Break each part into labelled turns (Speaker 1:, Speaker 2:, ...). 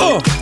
Speaker 1: Oh.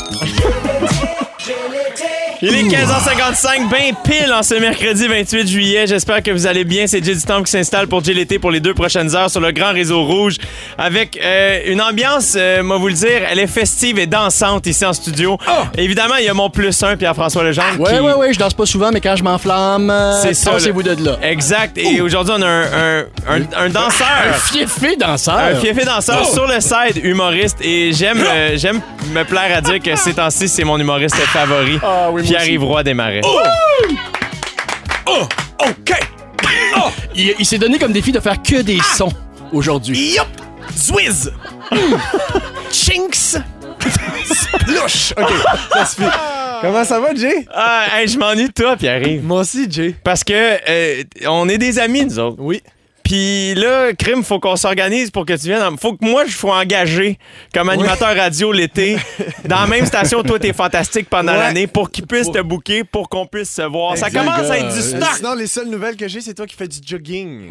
Speaker 2: Il est 15h55, ben pile en ce mercredi 28 juillet. J'espère que vous allez bien. C'est Jay du Temple qui s'installe pour Jay l'été pour les deux prochaines heures sur le grand réseau rouge avec euh, une ambiance, euh, moi vous le dire, elle est festive et dansante ici en studio. Évidemment, il y a mon plus un, Pierre-François Legendre.
Speaker 3: Oh! Ah, Ouais,
Speaker 2: qui-
Speaker 3: ouais, ouais, je danse pas souvent, mais quand je m'enflamme,
Speaker 2: C'est ça,
Speaker 3: c'est vous de là.
Speaker 2: Exact. Et aujourd'hui, on a un, un- un- un
Speaker 3: Un
Speaker 2: danseur.
Speaker 3: fieffé danseur.
Speaker 2: Un fiefé danseur
Speaker 3: Oh!
Speaker 2: sur le side, humoriste. Et j'aime
Speaker 3: Ah!
Speaker 2: euh, j'aime me plaire à dire que ces temps-ci, c'est mon humoriste favori,
Speaker 3: Ah oui, moi aussi.
Speaker 2: Pierre-Yves Roy des Marais.
Speaker 4: Oh, OK.
Speaker 3: Il, il s'est donné comme défi de faire que des sons aujourd'hui.
Speaker 4: Yup. Zwiz. Chinks. Splouche. OK. Ça suffit. Comment ça va, Jay?
Speaker 2: Ah, hey, je m'ennuie de toi, Pierre-Yves.
Speaker 4: Moi aussi, Jay.
Speaker 2: Parce que euh, on est des amis, nous autres.
Speaker 4: Oui.
Speaker 2: Puis là, Crime, faut qu'on s'organise pour que tu viennes. en- Faut que moi, je sois engagé comme animateur radio l'été dans la même station. Toi, t'es fantastique pendant
Speaker 4: Ouais.
Speaker 2: l'année pour qu'ils puissent te booker, pour qu'on puisse se voir. Ça
Speaker 4: Exact.
Speaker 2: commence à être du
Speaker 3: Euh,
Speaker 4: Euh,
Speaker 2: stock.
Speaker 4: Sinon, les seules nouvelles que j'ai, c'est toi qui fais du jogging.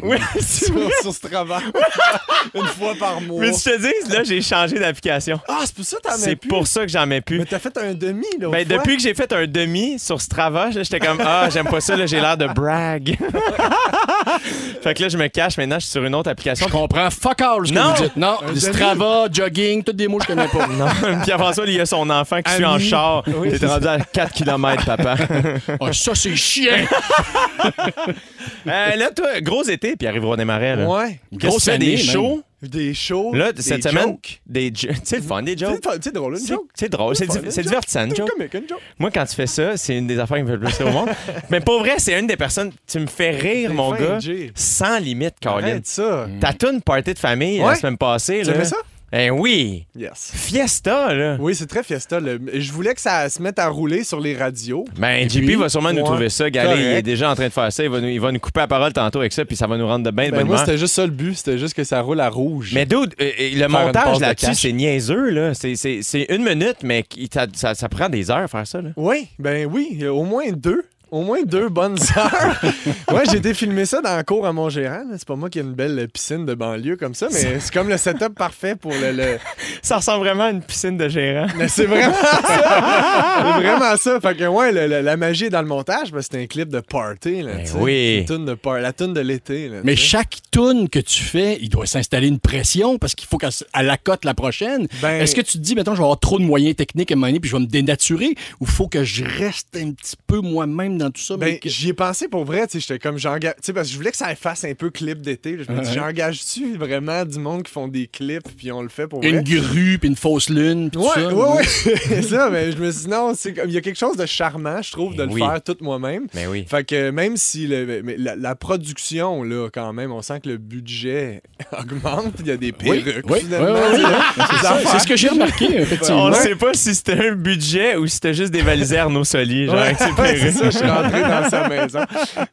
Speaker 2: Oui, c'est vrai.
Speaker 4: Sur, sur ce travail. Une fois par mois.
Speaker 2: Mais tu te dis, là, j'ai changé d'application.
Speaker 4: Ah, c'est pour ça que t'en as
Speaker 2: C'est
Speaker 4: plus.
Speaker 2: pour ça que j'en mets plus.
Speaker 4: Mais t'as fait un demi, là.
Speaker 2: Ben, depuis que j'ai fait un demi sur Strava, là, j'étais comme Ah, j'aime pas ça, là, j'ai l'air de brag. fait que là, je me cache maintenant, je suis sur une autre application.
Speaker 3: Je comprends fuck all ce que
Speaker 2: Non.
Speaker 3: vous dites. Non,
Speaker 4: Un
Speaker 3: Strava, jogging, toutes des mots que je connais pas. Non.
Speaker 2: Pierre-François, il y a son enfant qui suit en
Speaker 4: Ami.
Speaker 2: char. Il est rendu à 4 km, papa.
Speaker 3: Ah, ça, c'est chiant.
Speaker 2: Euh, là, toi, gros été, puis arriveront des marais. Là.
Speaker 4: Ouais.
Speaker 2: Qu'est-ce que tu
Speaker 3: Grosse
Speaker 2: fais des
Speaker 3: année,
Speaker 2: shows?
Speaker 4: Des shows.
Speaker 2: Là,
Speaker 4: des
Speaker 2: cette semaine,
Speaker 4: jokes.
Speaker 2: des jo- Tu sais, le fun des
Speaker 4: C'est
Speaker 2: jokes.
Speaker 4: c'est drôle, une
Speaker 2: C'est-
Speaker 4: joke.
Speaker 2: C'est drôle, c'est di- c'est divertissant, une
Speaker 4: C'est
Speaker 2: joke.
Speaker 4: comique, une joke.
Speaker 2: Moi, quand tu fais ça, c'est une des affaires qui me fait le plus rire au monde. Mais pour vrai, c'est une des personnes. Tu me fais rire,
Speaker 4: T'es
Speaker 2: mon
Speaker 4: fin,
Speaker 2: gars,
Speaker 4: Jay.
Speaker 2: sans limite, Colin.
Speaker 4: Arrête ça.
Speaker 2: Mm. Ta toune party de famille la
Speaker 4: Ouais.
Speaker 2: semaine passée.
Speaker 4: Tu
Speaker 2: là.
Speaker 4: aimais ça?
Speaker 2: Ben oui.
Speaker 4: Yes.
Speaker 2: Fiesta, là.
Speaker 4: Oui, c'est très fiesta. là. Je voulais que ça se mette à rouler sur les radios.
Speaker 2: Ben, JP va sûrement nous
Speaker 4: ouais,
Speaker 2: trouver ça. Galé, il est
Speaker 4: correct.
Speaker 2: déjà en train de faire ça. Il va nous, il va nous couper la parole tantôt avec ça, puis ça va nous rendre de bien de
Speaker 4: Ben,
Speaker 2: bonne
Speaker 4: moi,
Speaker 2: humeur.
Speaker 4: c'était juste ça le but. C'était juste que ça roule à rouge.
Speaker 2: Mais dude, euh, euh, le
Speaker 4: une passe
Speaker 2: montage
Speaker 4: de
Speaker 2: là-dessus,
Speaker 4: cash.
Speaker 2: c'est niaiseux, là. C'est- C'est c'est une minute, mais qui- ça, ça- ça prend des heures faire ça, là.
Speaker 4: Oui, ben oui, euh, au moins deux. Au moins deux bonnes heures. ouais, j'ai été filmer ça dans la cour à Montgéran. là. C'est pas moi qui ai une belle euh, piscine de banlieue comme ça, mais c'est comme le setup parfait pour le. le-
Speaker 2: Ça ressemble vraiment à une piscine de gérant.
Speaker 4: Mais c'est vraiment ça! C'est vraiment ça. Fait que, ouais, le- le- la magie est dans le montage, parce que c'est un clip de party. Là, tu sais.
Speaker 2: oui.
Speaker 4: Une toune de par- La tune de l'été. là,
Speaker 3: Ben Mais
Speaker 4: tu sais.
Speaker 3: chaque tune que tu fais, il doit s'installer une pression parce qu'il faut qu'elle s- elle la cote la prochaine.
Speaker 4: Ben-
Speaker 3: Est-ce que tu te dis, mettons, je vais avoir trop de moyens techniques à un moment donné puis je vais me dénaturer ou faut que je reste un petit peu moi-même dans tout ça? mais
Speaker 4: Ben,
Speaker 3: que-
Speaker 4: j'y ai pensé pour vrai, tu sais, j'étais comme j'engage, tu sais, parce que je voulais que ça fasse un peu clip d'été. là. Je me dis,
Speaker 3: Ouais.
Speaker 4: j'engage-tu vraiment du monde qui font des clips, puis on le fait pour
Speaker 3: Une
Speaker 4: vrai?
Speaker 3: grue, puis une fausse lune, puis
Speaker 4: Ouais,
Speaker 3: tout ça.
Speaker 4: ouais, ouais. C'est ça, mais je me suis dit, non, c'est comme- il y a quelque chose de charmant, je trouve,
Speaker 2: Ben
Speaker 4: de le
Speaker 2: oui.
Speaker 4: faire tout moi-même.
Speaker 2: Mais Ben oui.
Speaker 4: Fait que même si le- mais la, la production, là, quand même, on sent que le budget augmente, il y a des
Speaker 3: Oui,
Speaker 4: perruques,
Speaker 3: oui,
Speaker 4: finalement.
Speaker 3: oui, oui, oui.
Speaker 4: Des
Speaker 3: Ça,
Speaker 4: affaires.
Speaker 3: C'est ce que j'ai remarqué, effectivement.
Speaker 2: On ne
Speaker 4: Ouais.
Speaker 2: sait pas si c'était un budget ou si c'était juste des valisernes au solier, genre,
Speaker 4: Ouais,
Speaker 2: avec ses
Speaker 4: ouais, c'est
Speaker 2: perruques.
Speaker 4: ça, je suis rentré dans sa maison.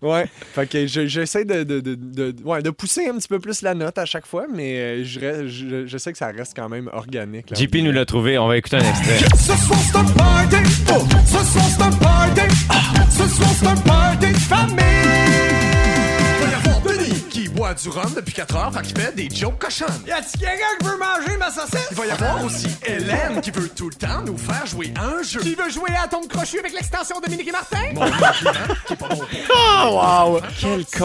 Speaker 4: Ouais. Fait que je- j'essaie de, de, de, de- ouais, de pousser un petit peu plus la note à chaque fois, mais euh, je, re- je, je sais que ça reste quand même organique. là.
Speaker 2: JP nous l'a trouvé, on va écouter un extrait.
Speaker 1: Ce soir c'est un party, oh, ce soir c'est un party, ah, ce soir c'est un party de famille.
Speaker 4: Denis qui boit du rhum depuis 4 heures, fait qu'il fait des jokes cochonnes.
Speaker 1: Y a-t-il quelqu'un qui veut manger ma saucisse?
Speaker 4: Il va y avoir aussi Hélène qui veut tout le temps nous faire jouer à un jeu.
Speaker 1: Qui veut jouer à tombe crochu avec l'extension de Dominique et Martin? Ah,
Speaker 3: Oh,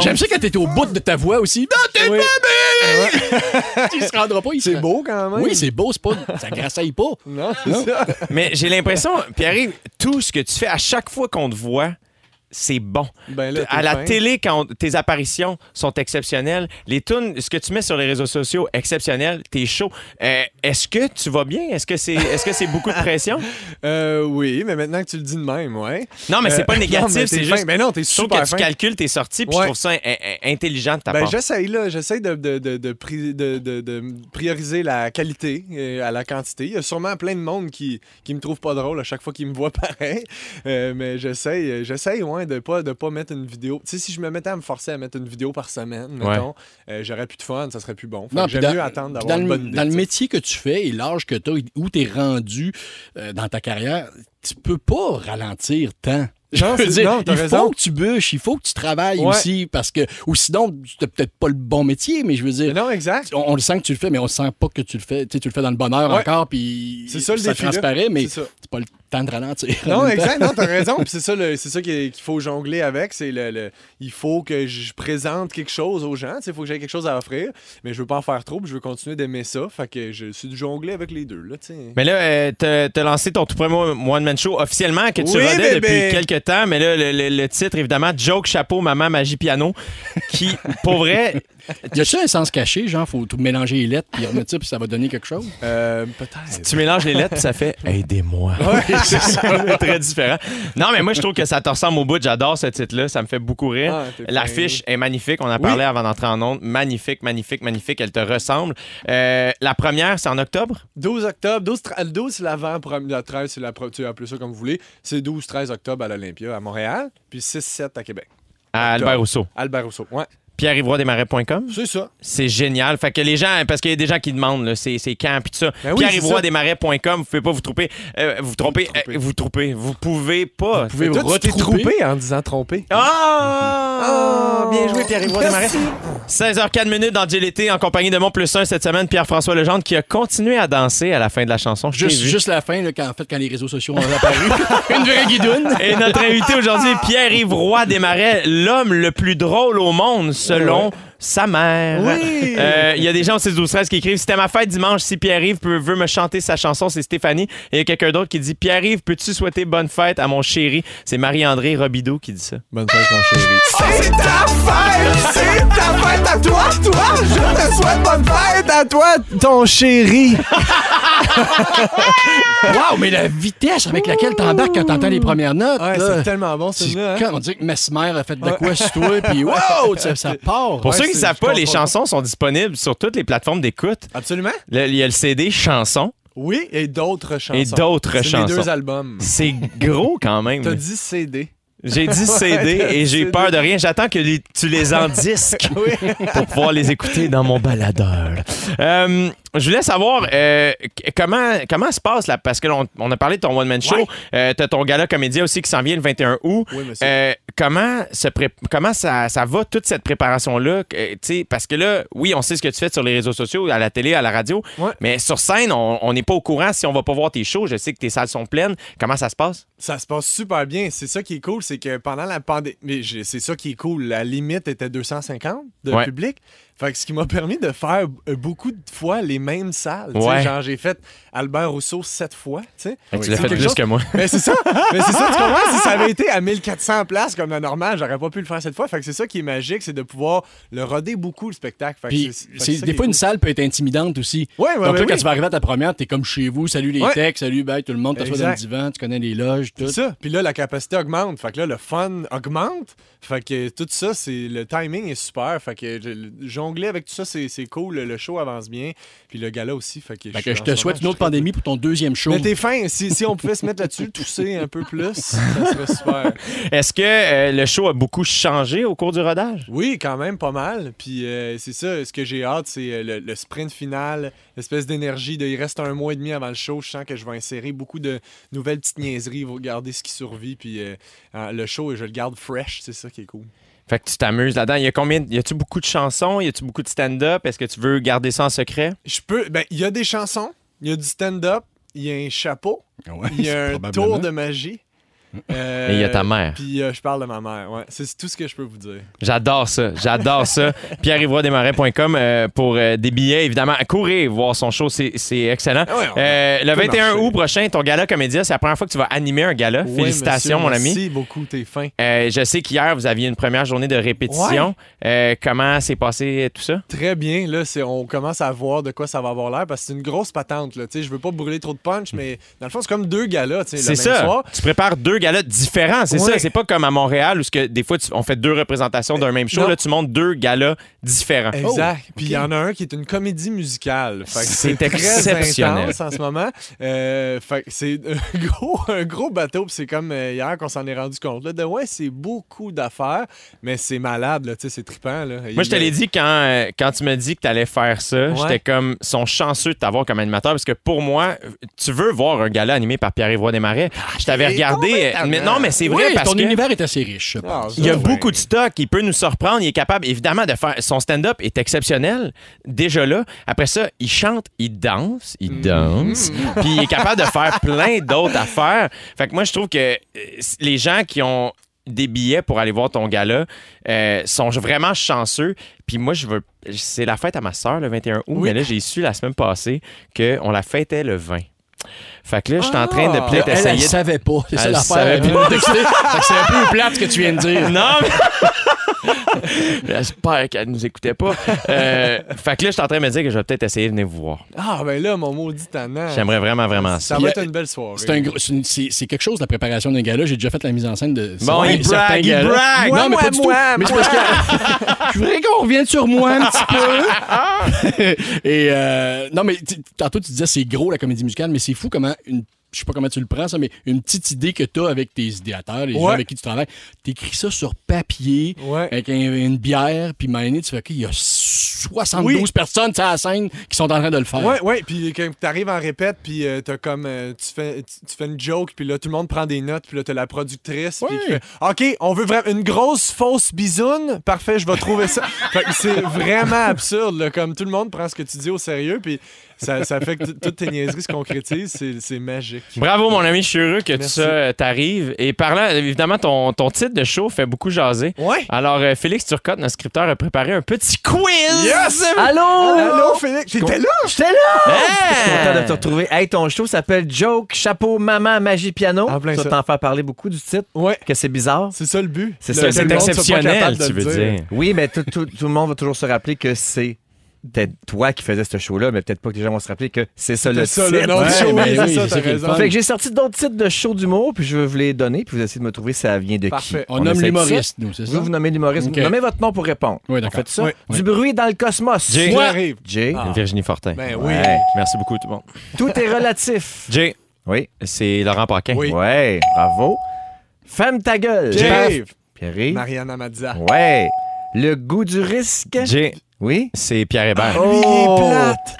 Speaker 3: J'aime ça quand t'étais au bout de ta voix aussi. Non, t'es
Speaker 4: Oui.
Speaker 3: pas- Il se rendra pas ici.
Speaker 4: C'est beau quand même.
Speaker 3: Oui, c'est beau, c'est pas. Ça grassaille pas.
Speaker 4: Non, c'est ça.
Speaker 2: Mais j'ai l'impression, Pierre-Yves, tout ce que tu fais à chaque fois qu'on te voit, c'est bon.
Speaker 4: Ben là, t'es
Speaker 2: à la
Speaker 4: fin.
Speaker 2: télé, quand on- tes apparitions sont exceptionnelles, les tunes, ce que tu mets sur les réseaux sociaux, exceptionnel, t'es chaud. Euh, Est-ce que tu vas bien? Est-ce que c'est est -ce c'est beaucoup de pression?
Speaker 4: Euh, oui, mais maintenant que tu le dis de même, ouais.
Speaker 2: Non, mais c'est pas
Speaker 4: Euh, non,
Speaker 2: négatif,
Speaker 4: mais
Speaker 2: c'est
Speaker 4: t'es fin.
Speaker 2: juste.
Speaker 4: Mais non, t'es
Speaker 2: je trouve
Speaker 4: super
Speaker 2: que
Speaker 4: fin.
Speaker 2: tu calcules tes sorties, puis je
Speaker 4: Ouais.
Speaker 2: trouve ça in- in- intelligent de ta
Speaker 4: Ben,
Speaker 2: part.
Speaker 4: j'essaye, là. J'essaye de, de, de, de pri- de- de- de prioriser la qualité euh, à la quantité. Il y a sûrement plein de monde qui, qui me trouve pas drôle à chaque fois qu'ils me voient pareil. Euh, mais j'essaye, euh, j'essaye, ouais, de pas, de pas mettre une vidéo. Tu sais, si je me mettais à me forcer à mettre une vidéo par semaine,
Speaker 2: Ouais.
Speaker 4: mettons, euh, j'aurais plus de fun, ça serait plus bon. Fait
Speaker 3: Non,
Speaker 4: que
Speaker 3: puis
Speaker 4: J'aime
Speaker 3: dans-
Speaker 4: mieux attendre
Speaker 3: puis dans
Speaker 4: d'avoir une
Speaker 3: le-
Speaker 4: bonne idée.
Speaker 3: Dans le
Speaker 4: tu sais.
Speaker 3: métier que tu fais et l'âge que tu as, où tu es rendu euh, dans ta carrière, tu peux pas ralentir tant.
Speaker 4: Non,
Speaker 3: Je veux
Speaker 4: c'est-
Speaker 3: dire,
Speaker 4: non, t'as
Speaker 3: il
Speaker 4: raison.
Speaker 3: faut que tu bûches, il faut que tu travailles
Speaker 4: Ouais.
Speaker 3: aussi, parce que, ou sinon, t'as peut-être pas le bon métier, mais je veux dire,
Speaker 4: Non, exact.
Speaker 3: on, on le sent que tu le fais, mais on sent pas que tu le fais. Tu sais, tu le fais dans le bonheur
Speaker 4: Ouais.
Speaker 3: encore, puis
Speaker 4: C'est ça, le
Speaker 3: ça
Speaker 4: défi, là.
Speaker 3: transparaît, mais
Speaker 4: C'est ça.
Speaker 3: c'est pas le temps de ralentir. en
Speaker 4: Non,
Speaker 3: même temps.
Speaker 4: exact, non, t'as raison. Puis c'est ça, le- c'est ça qu'il qu'il faut jongler avec. C'est le, le- il faut que je présente quelque chose aux gens. Il faut que j'ai quelque chose à offrir. Mais je veux pas en faire trop. puis je veux continuer d'aimer ça. Fait que je suis du jongler avec les deux. Là, tu sais.
Speaker 2: Mais là, euh, t'as- t'as lancé ton tout premier One Man Show officiellement que tu
Speaker 4: Oui, ben-
Speaker 2: rodais
Speaker 4: bébé.
Speaker 2: depuis quelques temps. Mais là, le, le- le titre, évidemment, Joke, Chapeau, Maman, Magie, Piano, qui, pour vrai,
Speaker 3: Y a-tu un sens caché, genre, faut tout mélanger les lettres, puis remettre ça, puis ça va donner quelque chose?
Speaker 4: Euh, Peut-être.
Speaker 2: tu mélanges les lettres puis ça fait Aidez-moi. c'est ça, très différent. Non, mais moi, je trouve que ça te ressemble au bout. J'adore ce titre-là. Ça me fait beaucoup rire.
Speaker 4: Ah, t'es
Speaker 2: L'affiche est magnifique. On en parlait avant d'entrer en ondes. Magnifique, magnifique, magnifique. Elle te ressemble. Euh, la première, c'est en octobre.
Speaker 4: 12 octobre, 12, tra- 12 c'est l'avant, prom- la 13 c'est la pro- tu appelez ça comme vous voulez. C'est 12-13 octobre à l'Olympia à Montréal, puis 6-7 à Québec.
Speaker 2: À
Speaker 4: Octobre.
Speaker 2: Albert Rousseau.
Speaker 4: Albert Rousseau, ouais.
Speaker 2: pierre-yvroidesmarais.com.
Speaker 4: C'est ça.
Speaker 2: C'est génial. Fait que les gens, parce qu'il y a des gens qui demandent, là, c'est, c'est quand puis tout ça.
Speaker 4: Ben oui,
Speaker 2: pierre
Speaker 4: c'est ça.
Speaker 2: Vous pouvez pas vous tromper. euh, vous tromper. euh, Vous, tromper. Vous pouvez pas.
Speaker 3: Vous pouvez
Speaker 4: Toi, tu t'es
Speaker 3: retrouver.
Speaker 4: trompé en disant trompé.
Speaker 2: Ah!
Speaker 4: Ah!
Speaker 2: Bien joué, Pierre-Yvois Desmarais. 16h04 minutes dans JLT en compagnie de mon plus 1 cette semaine, Pierre-François Legendre qui a continué à danser à la fin de la chanson. Je t'ai
Speaker 3: Juste,
Speaker 2: vu.
Speaker 3: juste la fin, là, quand, en fait, quand les réseaux sociaux ont apparu. Une vraie guidoune.
Speaker 2: Et notre invité aujourd'hui, Pierre-Yves Roy Desmarais, l'homme le plus drôle au monde selon sa mère.
Speaker 4: Oui.
Speaker 2: Euh, Il y a des gens au 6 12 13 qui écrivent C'était ma fête dimanche, si Pierre-Yves peut- veut me chanter sa chanson, c'est Stéphanie. Et il y a quelqu'un d'autre qui dit Pierre-Yves, peux-tu souhaiter bonne fête à mon chéri C'est Marie-André Robideau qui dit ça.
Speaker 4: Bonne fête, mon chéri.
Speaker 1: Ah, C'est ta fête, c'est ta fête à toi, toi. Je te souhaite bonne fête à toi.
Speaker 4: Ton chéri.
Speaker 3: Waouh, mais la vitesse avec laquelle t'embarques quand t'entends les premières notes.
Speaker 4: Ouais,
Speaker 3: là,
Speaker 4: c'est tellement bon,
Speaker 3: c'est
Speaker 4: celui-là. hein?
Speaker 3: quand on dit que Mesmer a fait de quoi sur toi, puis wow, ça, ça part.
Speaker 2: Pour
Speaker 4: Ouais,
Speaker 2: ceux qui ne
Speaker 4: c'est-
Speaker 2: savent
Speaker 4: je
Speaker 2: pas, les
Speaker 4: comprends pas.
Speaker 2: chansons sont disponibles sur toutes les plateformes d'écoute.
Speaker 4: Absolument.
Speaker 2: Le- Il y a le CD Chansons.
Speaker 4: Oui, et d'autres chansons.
Speaker 2: Et d'autres chansons.
Speaker 4: C'est mes deux albums.
Speaker 2: C'est gros quand
Speaker 4: T'as
Speaker 2: même.
Speaker 4: dit CD.
Speaker 2: J'ai dit CD
Speaker 4: t'as
Speaker 2: et
Speaker 4: dit
Speaker 2: j'ai
Speaker 4: CD.
Speaker 2: peur de rien. J'attends que les- tu les en disques pour pouvoir les écouter dans mon baladeur. Euh, je voulais savoir euh, qu- comment, comment se passe là, parce que l'on- on, a parlé de ton one-man show. Euh, T'as ton gala comédien aussi qui s'en vient le 21 août.
Speaker 4: Oui, monsieur.
Speaker 2: Euh, comment se pré- comment ça, ça va toute cette préparation là parce que là oui on sait ce que tu fais sur les réseaux sociaux à la télé à la radio
Speaker 4: Ouais.
Speaker 2: mais sur scène on on n'est pas au courant si on va pas voir tes shows je sais que tes salles sont pleines comment ça se passe
Speaker 4: Ça se passe super bien. C'est ça qui est cool, c'est que pendant la pandémie, mais j'ai- c'est ça qui est cool. La limite était 250 de
Speaker 2: Ouais.
Speaker 4: public. Fait que ce qui m'a permis de faire euh, beaucoup de fois les mêmes salles. Tu sais,
Speaker 2: Ouais.
Speaker 4: Genre, j'ai fait Albert Rousseau sept fois. tu sais.
Speaker 2: Ben, tu
Speaker 4: C'est
Speaker 2: l'as fait
Speaker 4: quelque
Speaker 2: plus
Speaker 4: chose-
Speaker 2: que moi
Speaker 4: Mais c'est ça, mais c'est ça, tu comprends? Si ça avait été à 1400 places comme la normale, j'aurais pas pu le faire cette fois. Fait que c'est ça qui est magique, c'est de pouvoir le roder beaucoup le spectacle. Fait que
Speaker 3: Puis,
Speaker 4: c'est- fait que
Speaker 3: c'est-
Speaker 4: ça
Speaker 3: des
Speaker 4: qui
Speaker 3: fois,
Speaker 4: est
Speaker 3: une
Speaker 4: cool.
Speaker 3: salle peut être intimidante aussi.
Speaker 4: Ouais, ouais,
Speaker 3: Donc,
Speaker 4: ouais,
Speaker 3: là, quand
Speaker 4: oui.
Speaker 3: tu vas arriver à ta première, t'es comme chez vous. Salut les
Speaker 4: Ouais.
Speaker 3: techs, salut, bye, tout le monde. T'assois dans le
Speaker 4: Exact.
Speaker 3: divan, tu connais les loges, tout.
Speaker 4: C'est ça. Puis là, la capacité augmente. Fait que là, le fun augmente. Fait que tout ça, c'est le timing est super. Fait que le- le- jongler avec tout ça, c'est c'est cool. Le- Le show avance bien. Puis le gala aussi. Fait que,
Speaker 3: Fait
Speaker 4: suis
Speaker 3: que je
Speaker 4: en
Speaker 3: te
Speaker 4: ce
Speaker 3: souhaite une
Speaker 4: moment,
Speaker 3: autre pandémie pour ton deuxième
Speaker 4: je-
Speaker 3: show.
Speaker 4: Mais t'es fin. Si, si on pouvait se mettre là-dessus, tousser un peu plus, ça serait super.
Speaker 2: est-ce que euh, le show a beaucoup changé au cours du rodage
Speaker 4: Oui, quand même pas mal. Puis euh, c'est ça, ce que j'ai hâte, c'est euh, le, le sprint final, l'espèce d'énergie de il reste un mois et demi avant le show. Je sens que je vais insérer beaucoup de nouvelles petites niaiseries. Vous regardez ce qui survit. Puis euh, euh, le show, je le garde fresh. C'est ça qui est cool.
Speaker 2: fait que tu t'amuses là-dedans il y a combien y a-tu beaucoup de chansons y a-tu beaucoup de stand-up est-ce que tu veux garder ça en secret
Speaker 4: Je peux. Ben, il y a des chansons, il y a du stand-up, il y a un chapeau,
Speaker 3: Ouais,
Speaker 4: il y a un
Speaker 3: probablement.
Speaker 4: tour de magie. Euh,
Speaker 2: et il y a ta mère
Speaker 4: Puis euh, je parle de ma mère. Ouais, c'est tout ce que je peux vous dire.
Speaker 2: J'adore ça, j'adore ça. pierre-yvroidesmarais.com euh, pour euh, des billets, évidemment. Courez voir son show, c'est c'est excellent.
Speaker 4: Ah ouais, on-
Speaker 2: Euh, le
Speaker 4: peut
Speaker 2: 21
Speaker 4: marcher.
Speaker 2: août prochain, ton gala comédia, c'est la première fois que tu vas animer un gala.
Speaker 4: Ouais,
Speaker 2: Félicitations,
Speaker 4: monsieur,
Speaker 2: mon ami.
Speaker 4: Merci beaucoup, t'es fin.
Speaker 2: Euh, je sais qu'hier, vous aviez une première journée de répétition. Euh, comment s'est passé tout ça?
Speaker 4: Très bien, là, c'est, on commence à voir de quoi ça va avoir l'air parce que c'est une grosse patente, là. Tu sais, je veux pas brûler trop de punch, mais dans le fond, c'est comme deux galas, tu sais, le
Speaker 2: C'est
Speaker 4: même
Speaker 2: ça.
Speaker 4: soir.
Speaker 2: Tu prépares deux galas différents, c'est
Speaker 4: Ouais.
Speaker 2: ça. C'est pas comme à Montréal où ce que des fois tu- on fait deux représentations d'un même show.
Speaker 4: non.
Speaker 2: Là, tu montes deux galas différents. Oh.
Speaker 4: Exact. Puis il y en a un qui est une comédie musicale. Fait que
Speaker 2: C'est
Speaker 4: c'est très
Speaker 2: exceptionnel.
Speaker 4: intense en ce moment. Euh, fait que c'est un gros, un gros bateau. Puis c'est comme euh, hier qu'on s'en est rendu compte. Là, de ouais, c'est beaucoup d'affaires, mais c'est malade, là, tu sais, c'est trippant. Là.
Speaker 2: Moi, je te l'ai dit quand, euh, quand tu me dis que tu allais faire ça,
Speaker 4: Ouais.
Speaker 2: j'étais comme, sont chanceux de euh,
Speaker 4: Ah,
Speaker 2: t'avoir comme animateur parce que pour moi, tu veux voir un gala animé par Pierre-Yvois Desmarais. Je t'avais regardé euh, mais non, mais c'est
Speaker 3: Oui,
Speaker 2: vrai parce
Speaker 3: ton
Speaker 2: que.
Speaker 3: univers est assez riche. je pense.
Speaker 4: Ah, ça,
Speaker 2: Il y a
Speaker 4: ouais.
Speaker 2: beaucoup de stock. Il peut nous surprendre. Il est capable, évidemment, de faire. Son stand-up est exceptionnel, déjà là. Après ça, il chante, il danse,
Speaker 3: Mm.
Speaker 2: il danse. Puis il est capable de faire plein d'autres affaires. Fait que moi, je trouve que euh, les gens qui ont des billets pour aller voir ton gala euh, sont vraiment chanceux. Puis moi, je veux. C'est la fête à ma soeur le 21 août, mais là, j'ai su la semaine passée qu'on la fêtait le 20. Fait que là, je suis en train de
Speaker 4: Ah!
Speaker 2: peut-être
Speaker 3: Elle, elle,
Speaker 2: essayer. de-
Speaker 3: savait pas. C'est ça
Speaker 2: Elle
Speaker 3: l'affaire.
Speaker 2: savait
Speaker 3: Elle vient de nous texter. Fait que C'est un peu plate ce que tu viens de dire.
Speaker 2: Non, mais- J'espère qu'elle nous écoutait pas. Euh, fait que là, je suis en train de me dire que je vais peut-être essayer de venir vous voir.
Speaker 4: Ah, ben là, mon maudit tannant.
Speaker 2: J'aimerais vraiment, vraiment ça.
Speaker 4: Ça va
Speaker 3: Puis,
Speaker 4: être une belle soirée.
Speaker 3: C'est un gros- c'est une- c'est- c'est quelque chose la préparation d'un gala. J'ai déjà fait la mise en scène de.
Speaker 2: Bon, il
Speaker 3: certains- certains
Speaker 2: brague, il
Speaker 3: galas.
Speaker 2: brague.
Speaker 3: Non,
Speaker 4: Moi,
Speaker 3: mais
Speaker 4: moi,
Speaker 3: pas du tout.
Speaker 4: moi,
Speaker 3: mais c'est parce que- je voudrais qu'on revienne sur moi un petit peu. Et euh, non, mais tu- tantôt tu disais c'est gros la comédie musicale, mais c'est fou comment une je sais pas comment tu le prends, ça, mais une petite idée que tu as avec tes idéateurs, les gens
Speaker 4: Ouais.
Speaker 3: avec qui tu travailles, tu écris ça sur papier,
Speaker 4: Ouais.
Speaker 3: avec un- une bière, puis mané, tu fais qu'il y a 72
Speaker 4: Oui.
Speaker 3: personnes sur la scène qui sont en train de le faire.
Speaker 4: Ouais, ouais, puis quand t'arrives en répète, puis euh, t'as comme, euh, tu, fais, tu, tu fais une joke, puis là, tout le monde prend des notes, puis là, t'as la productrice, puis
Speaker 3: Ouais.
Speaker 4: qui fait « OK, on veut vraiment une grosse fausse bisoune, parfait, je vais trouver ça. » Fait que c'est vraiment absurde, là, comme tout le monde prend ce que tu dis au sérieux, puis ça, ça fait que t- toutes tes niaiseries se concrétisent, c'est, c'est magique.
Speaker 2: Bravo, mon ami, je suis heureux que tout
Speaker 4: Merci.
Speaker 2: ça euh, t'arrive. Et parlant, évidemment, ton, ton titre de show fait beaucoup jaser.
Speaker 4: Ouais!
Speaker 2: Alors, euh, Félix Turcotte, notre scripteur, a préparé un petit quiz. Hein?
Speaker 4: Yes!
Speaker 5: Allô?
Speaker 4: Allô, Félix, t'étais là?
Speaker 5: J'étais là! Je suis content de
Speaker 2: Hey!
Speaker 5: te retrouver. Hey, ton show s'appelle Joke, Chapeau, Maman, Magie, Piano.
Speaker 4: En plein
Speaker 5: ça
Speaker 4: ça.
Speaker 5: t'en faire parler beaucoup du titre,
Speaker 4: Ouais,
Speaker 5: que c'est bizarre.
Speaker 4: c'est ça le but.
Speaker 5: C'est
Speaker 4: Le-
Speaker 5: ça,
Speaker 4: que
Speaker 2: C'est
Speaker 4: le monde soit pas
Speaker 2: exceptionnel,
Speaker 4: capable de
Speaker 2: tu
Speaker 4: le
Speaker 2: veux dire.
Speaker 5: Oui, mais tout, tout- tout le monde va toujours se rappeler que c'est peut-être toi qui faisais ce show-là, mais peut-être pas que les gens vont se rappeler que c'est ça le
Speaker 4: C'est ça
Speaker 5: titre.
Speaker 4: le nom du
Speaker 3: Ouais,
Speaker 4: show,
Speaker 3: ben
Speaker 4: oui,
Speaker 3: oui,
Speaker 4: c'est
Speaker 3: c'est
Speaker 4: ça, t'as
Speaker 3: ça qui est
Speaker 4: raison.
Speaker 3: le fun.
Speaker 5: Fait que j'ai sorti d'autres titres de show d'humour, puis je vais vous les donner, puis vous essayez de me trouver ça vient de
Speaker 4: Parfait.
Speaker 5: qui.
Speaker 3: On, nomme
Speaker 5: essaie de
Speaker 3: l'humoriste, nous, c'est
Speaker 5: ça.
Speaker 3: ça?
Speaker 5: Vous, vous nommez l'humoriste.
Speaker 3: Ok.
Speaker 5: Vous Nommez votre nom pour répondre.
Speaker 3: Oui,
Speaker 5: On
Speaker 3: d'accord.
Speaker 5: fait ça.
Speaker 4: Oui.
Speaker 5: Du bruit dans le cosmos.
Speaker 2: Jay.
Speaker 4: Moi,
Speaker 2: Ouais.
Speaker 4: j'arrive.
Speaker 5: Jay.
Speaker 4: Ah.
Speaker 2: Virginie Fortin.
Speaker 4: Ben oui.
Speaker 5: Ouais.
Speaker 2: Merci beaucoup, tout le monde.
Speaker 5: Tout est relatif.
Speaker 2: Jay,
Speaker 5: Oui.
Speaker 2: c'est Laurent Paquin.
Speaker 4: Oui.
Speaker 5: Ouais. Bravo. Ferme ta gueule.
Speaker 4: Dave,
Speaker 5: Pierre.
Speaker 4: Mariana Mazza.
Speaker 5: Ouais. Le goût du risque.
Speaker 2: Jay,
Speaker 5: Oui.
Speaker 2: c'est Pierre Hébert.
Speaker 4: Lui, il est
Speaker 5: Oh.
Speaker 4: plate.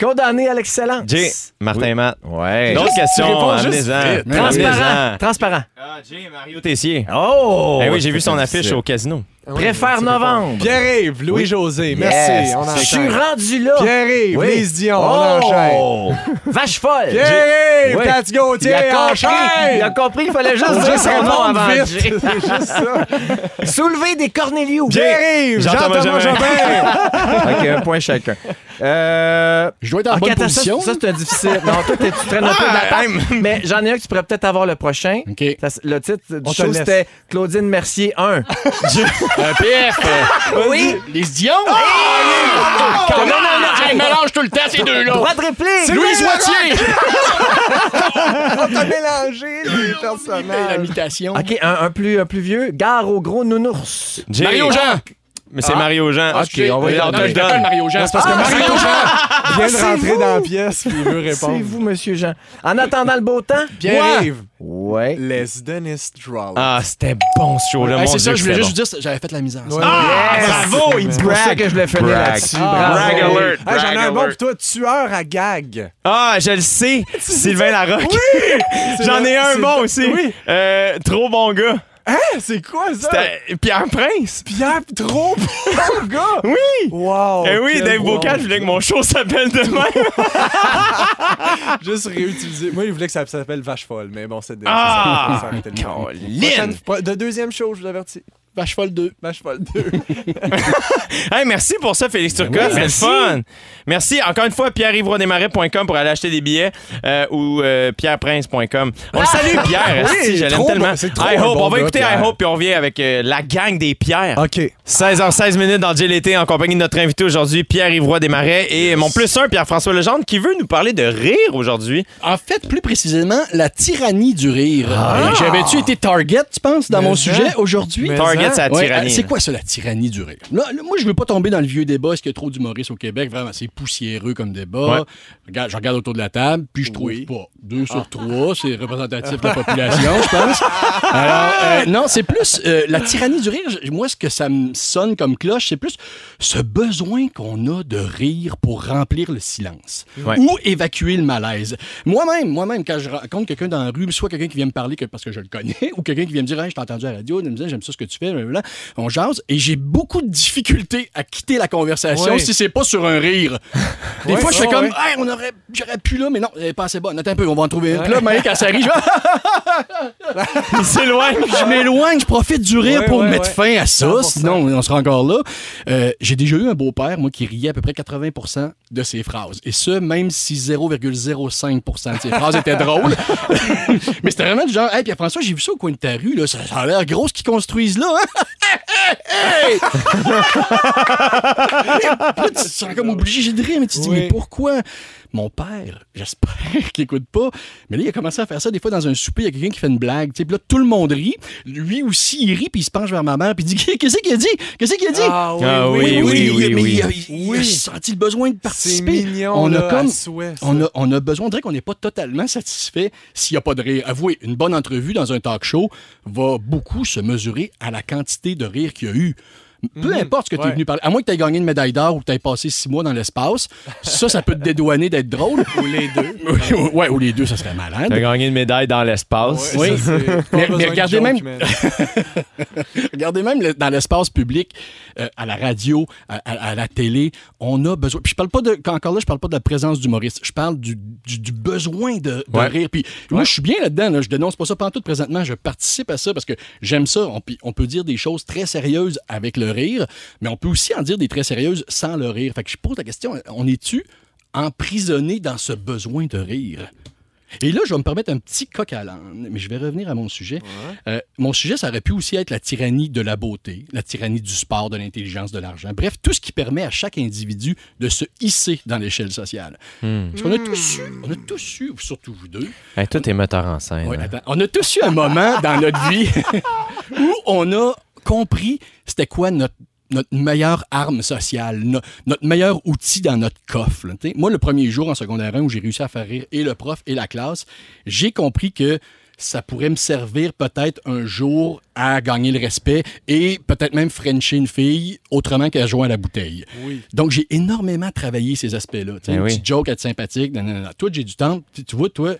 Speaker 5: Condamné à l'excellence.
Speaker 2: Jay, Martin et Matt.
Speaker 5: Ouais.
Speaker 2: D'autres questions,
Speaker 4: réponds juste
Speaker 2: amenez-en.
Speaker 4: vite.
Speaker 5: Transparent.
Speaker 2: Amenez-en.
Speaker 5: Transparent.
Speaker 2: Ah, Jay, Mario Tessier.
Speaker 5: Oh.
Speaker 2: Eh oui, j'ai vu son
Speaker 5: C'est
Speaker 2: affiche
Speaker 5: difficile.
Speaker 2: au casino.
Speaker 5: Préfère novembre.
Speaker 4: Pierre-Yves, Louis-José, merci.
Speaker 5: Yes.
Speaker 4: On
Speaker 5: Je suis
Speaker 4: enchaîne.
Speaker 5: rendu là.
Speaker 4: Pierre-Yves,
Speaker 5: Oui.
Speaker 4: Lise Dion, on enchaîne.
Speaker 5: oh. Vache folle.
Speaker 4: Pierre-Yves,
Speaker 5: Oui.
Speaker 4: Tati
Speaker 5: Il
Speaker 4: Gauthier,
Speaker 5: a, compris,
Speaker 4: enchaîne.
Speaker 5: il a compris qu'il fallait juste
Speaker 4: Faut
Speaker 5: dire
Speaker 4: juste
Speaker 5: son nom
Speaker 4: répondre
Speaker 5: avant
Speaker 4: vite.
Speaker 5: Jay.
Speaker 4: C'est juste ça.
Speaker 5: Soulever des Cornelius.
Speaker 4: Pierre-Yves,
Speaker 2: Jean-Thomas
Speaker 4: Jean-Thomas Jobin.
Speaker 5: OK, un point chacun. Euh...
Speaker 3: Je dois être en
Speaker 5: ok,
Speaker 3: bonne
Speaker 5: attends, ça,
Speaker 3: position.
Speaker 5: Ça, c'est un difficile. Non, toi, t'es- tu traînes un peu de la table. Mais j'en ai un que tu pourrais peut-être avoir le prochain.
Speaker 3: OK.
Speaker 5: Ça, c'est- le titre du
Speaker 4: On te
Speaker 5: show,
Speaker 4: laisse.
Speaker 5: c'était Claudine Mercier 1.
Speaker 3: Un PF.
Speaker 5: oui.
Speaker 3: Les Dion.
Speaker 5: Ah! Quand même,
Speaker 3: Je mélange tout le temps ces deux-là.
Speaker 5: Droit de réplique.
Speaker 3: Louise Wattier.
Speaker 4: On t'a mélangé les personnages.
Speaker 3: L'imitation.
Speaker 5: OK, un, un plus, un plus vieux. Gare au gros nounours.
Speaker 2: Jay.
Speaker 3: Mario Jean.
Speaker 2: Mais c'est Mario Jean.
Speaker 3: Ah,
Speaker 2: Ok,
Speaker 3: excusez.
Speaker 2: on va y
Speaker 3: Non, mais
Speaker 2: aller.
Speaker 3: je l'appelle Mario Jean.
Speaker 4: Parce que Mario Jean vient de
Speaker 5: Ah! c'est
Speaker 4: rentrer
Speaker 5: vous.
Speaker 4: dans la pièce puis il veut
Speaker 5: C'est
Speaker 4: répondre.
Speaker 5: vous, monsieur Jean. En attendant le beau temps.
Speaker 4: Pierre-Yves,
Speaker 5: Ouais.
Speaker 4: les Dennis Droll.
Speaker 2: Ah, c'était bon ce show-là,
Speaker 3: Ah,
Speaker 2: mon
Speaker 3: c'est ça,
Speaker 2: Dieu,
Speaker 3: je voulais
Speaker 2: c'était
Speaker 3: juste vous dire, j'avais fait la mise en scène.
Speaker 4: Ah,
Speaker 2: bravo, il
Speaker 5: C'est pour ça que je le finir
Speaker 2: Brag.
Speaker 5: là-dessus.
Speaker 4: Ah,
Speaker 2: Brag
Speaker 5: Bravo.
Speaker 2: alert,
Speaker 4: Hey, J'en ai
Speaker 2: brag
Speaker 4: un bon
Speaker 2: alert.
Speaker 4: pour toi, tueur à gag.
Speaker 2: Ah, je le sais, Sylvain Larocque. J'en ai un
Speaker 4: C'est-
Speaker 2: bon aussi.
Speaker 4: Oui.
Speaker 2: Euh, trop bon gars.
Speaker 4: Hein, c'est quoi ça?
Speaker 2: C'était Pierre Prince.
Speaker 4: Pierre trop bon gars!
Speaker 2: Oui.
Speaker 4: Wow!
Speaker 2: Eh oui,
Speaker 4: Oh, quel
Speaker 2: Dave
Speaker 4: bon
Speaker 2: Bocage, je voulais que mon show s'appelle demain.
Speaker 4: Juste réutiliser. Moi, il voulait que ça s'appelle Vache Folle, mais bon, c'est
Speaker 2: Ah!
Speaker 4: ça arrêtait le temps.
Speaker 2: Colin!
Speaker 4: Prochaine- De deuxième show, je vous avertis.
Speaker 3: Vache folle 2.
Speaker 4: Vache Folle 2.
Speaker 2: Hey, merci pour ça, Félix
Speaker 4: Ben
Speaker 2: Turcotte. C'était le fun. Merci. Encore une fois, pierre-yves-roy-desmarais.com pour aller acheter des billets euh, ou euh, pierreprince.com. On le salue, Pierre.
Speaker 4: Ah! Oui,
Speaker 2: si, je l'aime
Speaker 4: trop
Speaker 2: tellement.
Speaker 4: bon, c'est trop
Speaker 2: I
Speaker 4: un
Speaker 2: hope.
Speaker 4: bon
Speaker 2: on va
Speaker 4: gars,
Speaker 2: écouter I
Speaker 4: Pierre.
Speaker 2: hope puis on revient avec euh, la gang des pierres.
Speaker 4: OK.
Speaker 2: 16h16 minutes dans JLT en compagnie de notre invité aujourd'hui, Pierre-Yves Roy Desmarais et mon plus un, Pierre-François Legendre, qui veut nous parler de rire aujourd'hui.
Speaker 3: En fait, plus précisément, la tyrannie du rire. Euh, J'avais-tu été target, tu penses, dans mon
Speaker 4: Ah. Mais
Speaker 3: sujet
Speaker 4: hein.
Speaker 3: aujourd'hui?
Speaker 4: Mais hein.
Speaker 2: Target t'inquiète, c'est la
Speaker 3: Ouais,
Speaker 2: tyrannie.
Speaker 3: euh, c'est quoi ça, la tyrannie du rire? Là, là, moi, je veux pas tomber dans le vieux débat, est-ce qu'il y a trop d'humoristes au Québec? Vraiment, c'est poussiéreux comme débat.
Speaker 2: Ouais.
Speaker 3: Regarde- je regarde autour de la table, puis je trouve
Speaker 4: Oui. Ah.
Speaker 3: pas. Deux sur trois, c'est représentatif de la population, je pense. Alors, euh, non, c'est plus euh, la tyrannie du rire. je- Moi, ce que ça me sonne comme cloche, c'est plus ce besoin qu'on a de rire pour remplir le silence
Speaker 2: Ouais.
Speaker 3: ou évacuer le malaise. Moi-même, moi-même, quand je rencontre quelqu'un dans la rue, soit quelqu'un qui vient me parler que, parce que je le connais, ou quelqu'un qui vient me dire, hey, je t'ai entendu à la radio, de me dire, j'aime ça ce que tu fais, blablabla. on jase, et j'ai beaucoup de difficultés à quitter la conversation
Speaker 4: Ouais.
Speaker 3: si c'est pas sur un rire. Des
Speaker 4: Ouais,
Speaker 3: fois, je
Speaker 4: ouais,
Speaker 3: fais comme,
Speaker 4: ouais.
Speaker 3: hey, on aurait, j'aurais pu là, mais non, elle est pas assez bonne. Attends un peu, on va en trouver une. Puis là, même quand ça arrive, je vais, Ah,
Speaker 2: Il s'éloigne.
Speaker 3: je m'éloigne, je profite du rire
Speaker 4: Ouais,
Speaker 3: pour
Speaker 4: ouais,
Speaker 3: mettre fin à ça,
Speaker 4: 100%.
Speaker 3: sinon on sera encore là. Euh, J'ai déjà eu un beau-père, moi, qui riait à peu près 80 de ses phrases. Et ce, même si 0,05 de ses phrases étaient drôles. Mais c'était vraiment du genre, hey, Pierre-François, j'ai vu ça au coin de ta rue, là, ça, ça a l'air gros ce qu'ils construisent là. hein? Hey! Puis là, tu te sens comme obligé de rire, mais tu te dis,
Speaker 4: Oui.
Speaker 3: mais pourquoi? Mon père, j'espère qu'il écoute pas, mais là, il a commencé à faire ça des fois dans un souper, il y a quelqu'un qui fait une blague, tu sais, puis là, tout le monde rit. Lui aussi, il rit, puis il se penche vers ma mère, puis il dit, qu'est-ce qu'il a dit? Qu'est-ce qu'il a dit?
Speaker 4: Ah oui,
Speaker 2: Ah
Speaker 4: oui,
Speaker 2: oui,
Speaker 4: oui.
Speaker 3: mais
Speaker 2: oui.
Speaker 3: il a, il a
Speaker 4: Oui.
Speaker 3: senti le besoin de
Speaker 4: C'est
Speaker 3: participer.
Speaker 4: mignon,
Speaker 3: on
Speaker 4: là,
Speaker 3: a
Speaker 4: à
Speaker 3: comme
Speaker 4: souhait, ça.
Speaker 3: on a, on a besoin, on dirait qu'on n'est pas totalement satisfait s'il n'y a pas de rire. Avouez, une bonne entrevue dans un talk show va beaucoup se mesurer à la quantité de rire qu'il y a eu. Peu importe ce que tu es
Speaker 4: ouais.
Speaker 3: venu parler, à moins que tu aies gagné une médaille d'or ou que tu aies passé six mois dans l'espace, ça, ça peut te dédouaner d'être drôle. ou les deux. ouais, ou les deux, ça serait malade.
Speaker 2: T'as gagné une médaille dans l'espace.
Speaker 3: Oui.
Speaker 4: Ouais, ça, c'est- pas
Speaker 3: Mais-
Speaker 4: besoin
Speaker 3: mais
Speaker 4: de
Speaker 3: regardez
Speaker 4: joke,
Speaker 3: même-
Speaker 4: man.
Speaker 3: Regardez même le- dans l'espace public, euh, à la radio, à, à- à la télé, on a besoin. Puis je parle pas de. Encore là, je parle pas de la présence d'humoriste. Je parle du, du- du besoin de, de
Speaker 2: Ouais.
Speaker 3: rire. Puis moi, je suis bien là-dedans. Là. Je dénonce pas ça tout présentement. Je participe à ça parce que j'aime ça. On, puis on peut dire des choses très sérieuses avec le rire, mais on peut aussi en dire des très sérieuses sans le rire. Fait que je pose la question on est-tu emprisonné dans ce besoin de rire? Et là, je vais me permettre un petit coq à l'âne, mais je vais revenir à mon sujet. Euh, mon sujet, ça aurait pu aussi être la tyrannie de la beauté, la tyrannie du sport, de l'intelligence, de l'argent. Bref, tout ce qui permet à chaque individu de se hisser dans l'échelle sociale. Parce qu'on a tous eu, on a tous eu, surtout vous deux,
Speaker 2: Hey, toi, t'es metteur en scène.
Speaker 3: Ouais,
Speaker 2: hein.
Speaker 3: attends. On a tous eu un moment dans notre vie où on a compris c'était quoi notre notre meilleure arme sociale, no- notre meilleur outil dans notre coffre. là, t'sais. Moi, le premier jour en secondaire 1 où j'ai réussi à faire rire et le prof et la classe, j'ai compris que ça pourrait me servir peut-être un jour à gagner le respect et peut-être même frencher une fille autrement qu'à jouer à la bouteille.
Speaker 4: Oui.
Speaker 3: Donc, j'ai énormément travaillé ces aspects-là. t'sais,
Speaker 2: Ben
Speaker 3: une
Speaker 2: oui.
Speaker 3: petite joke, être sympathique. nan, nan, nan. Toi, j'ai du temps. Tu, tu vois, toi,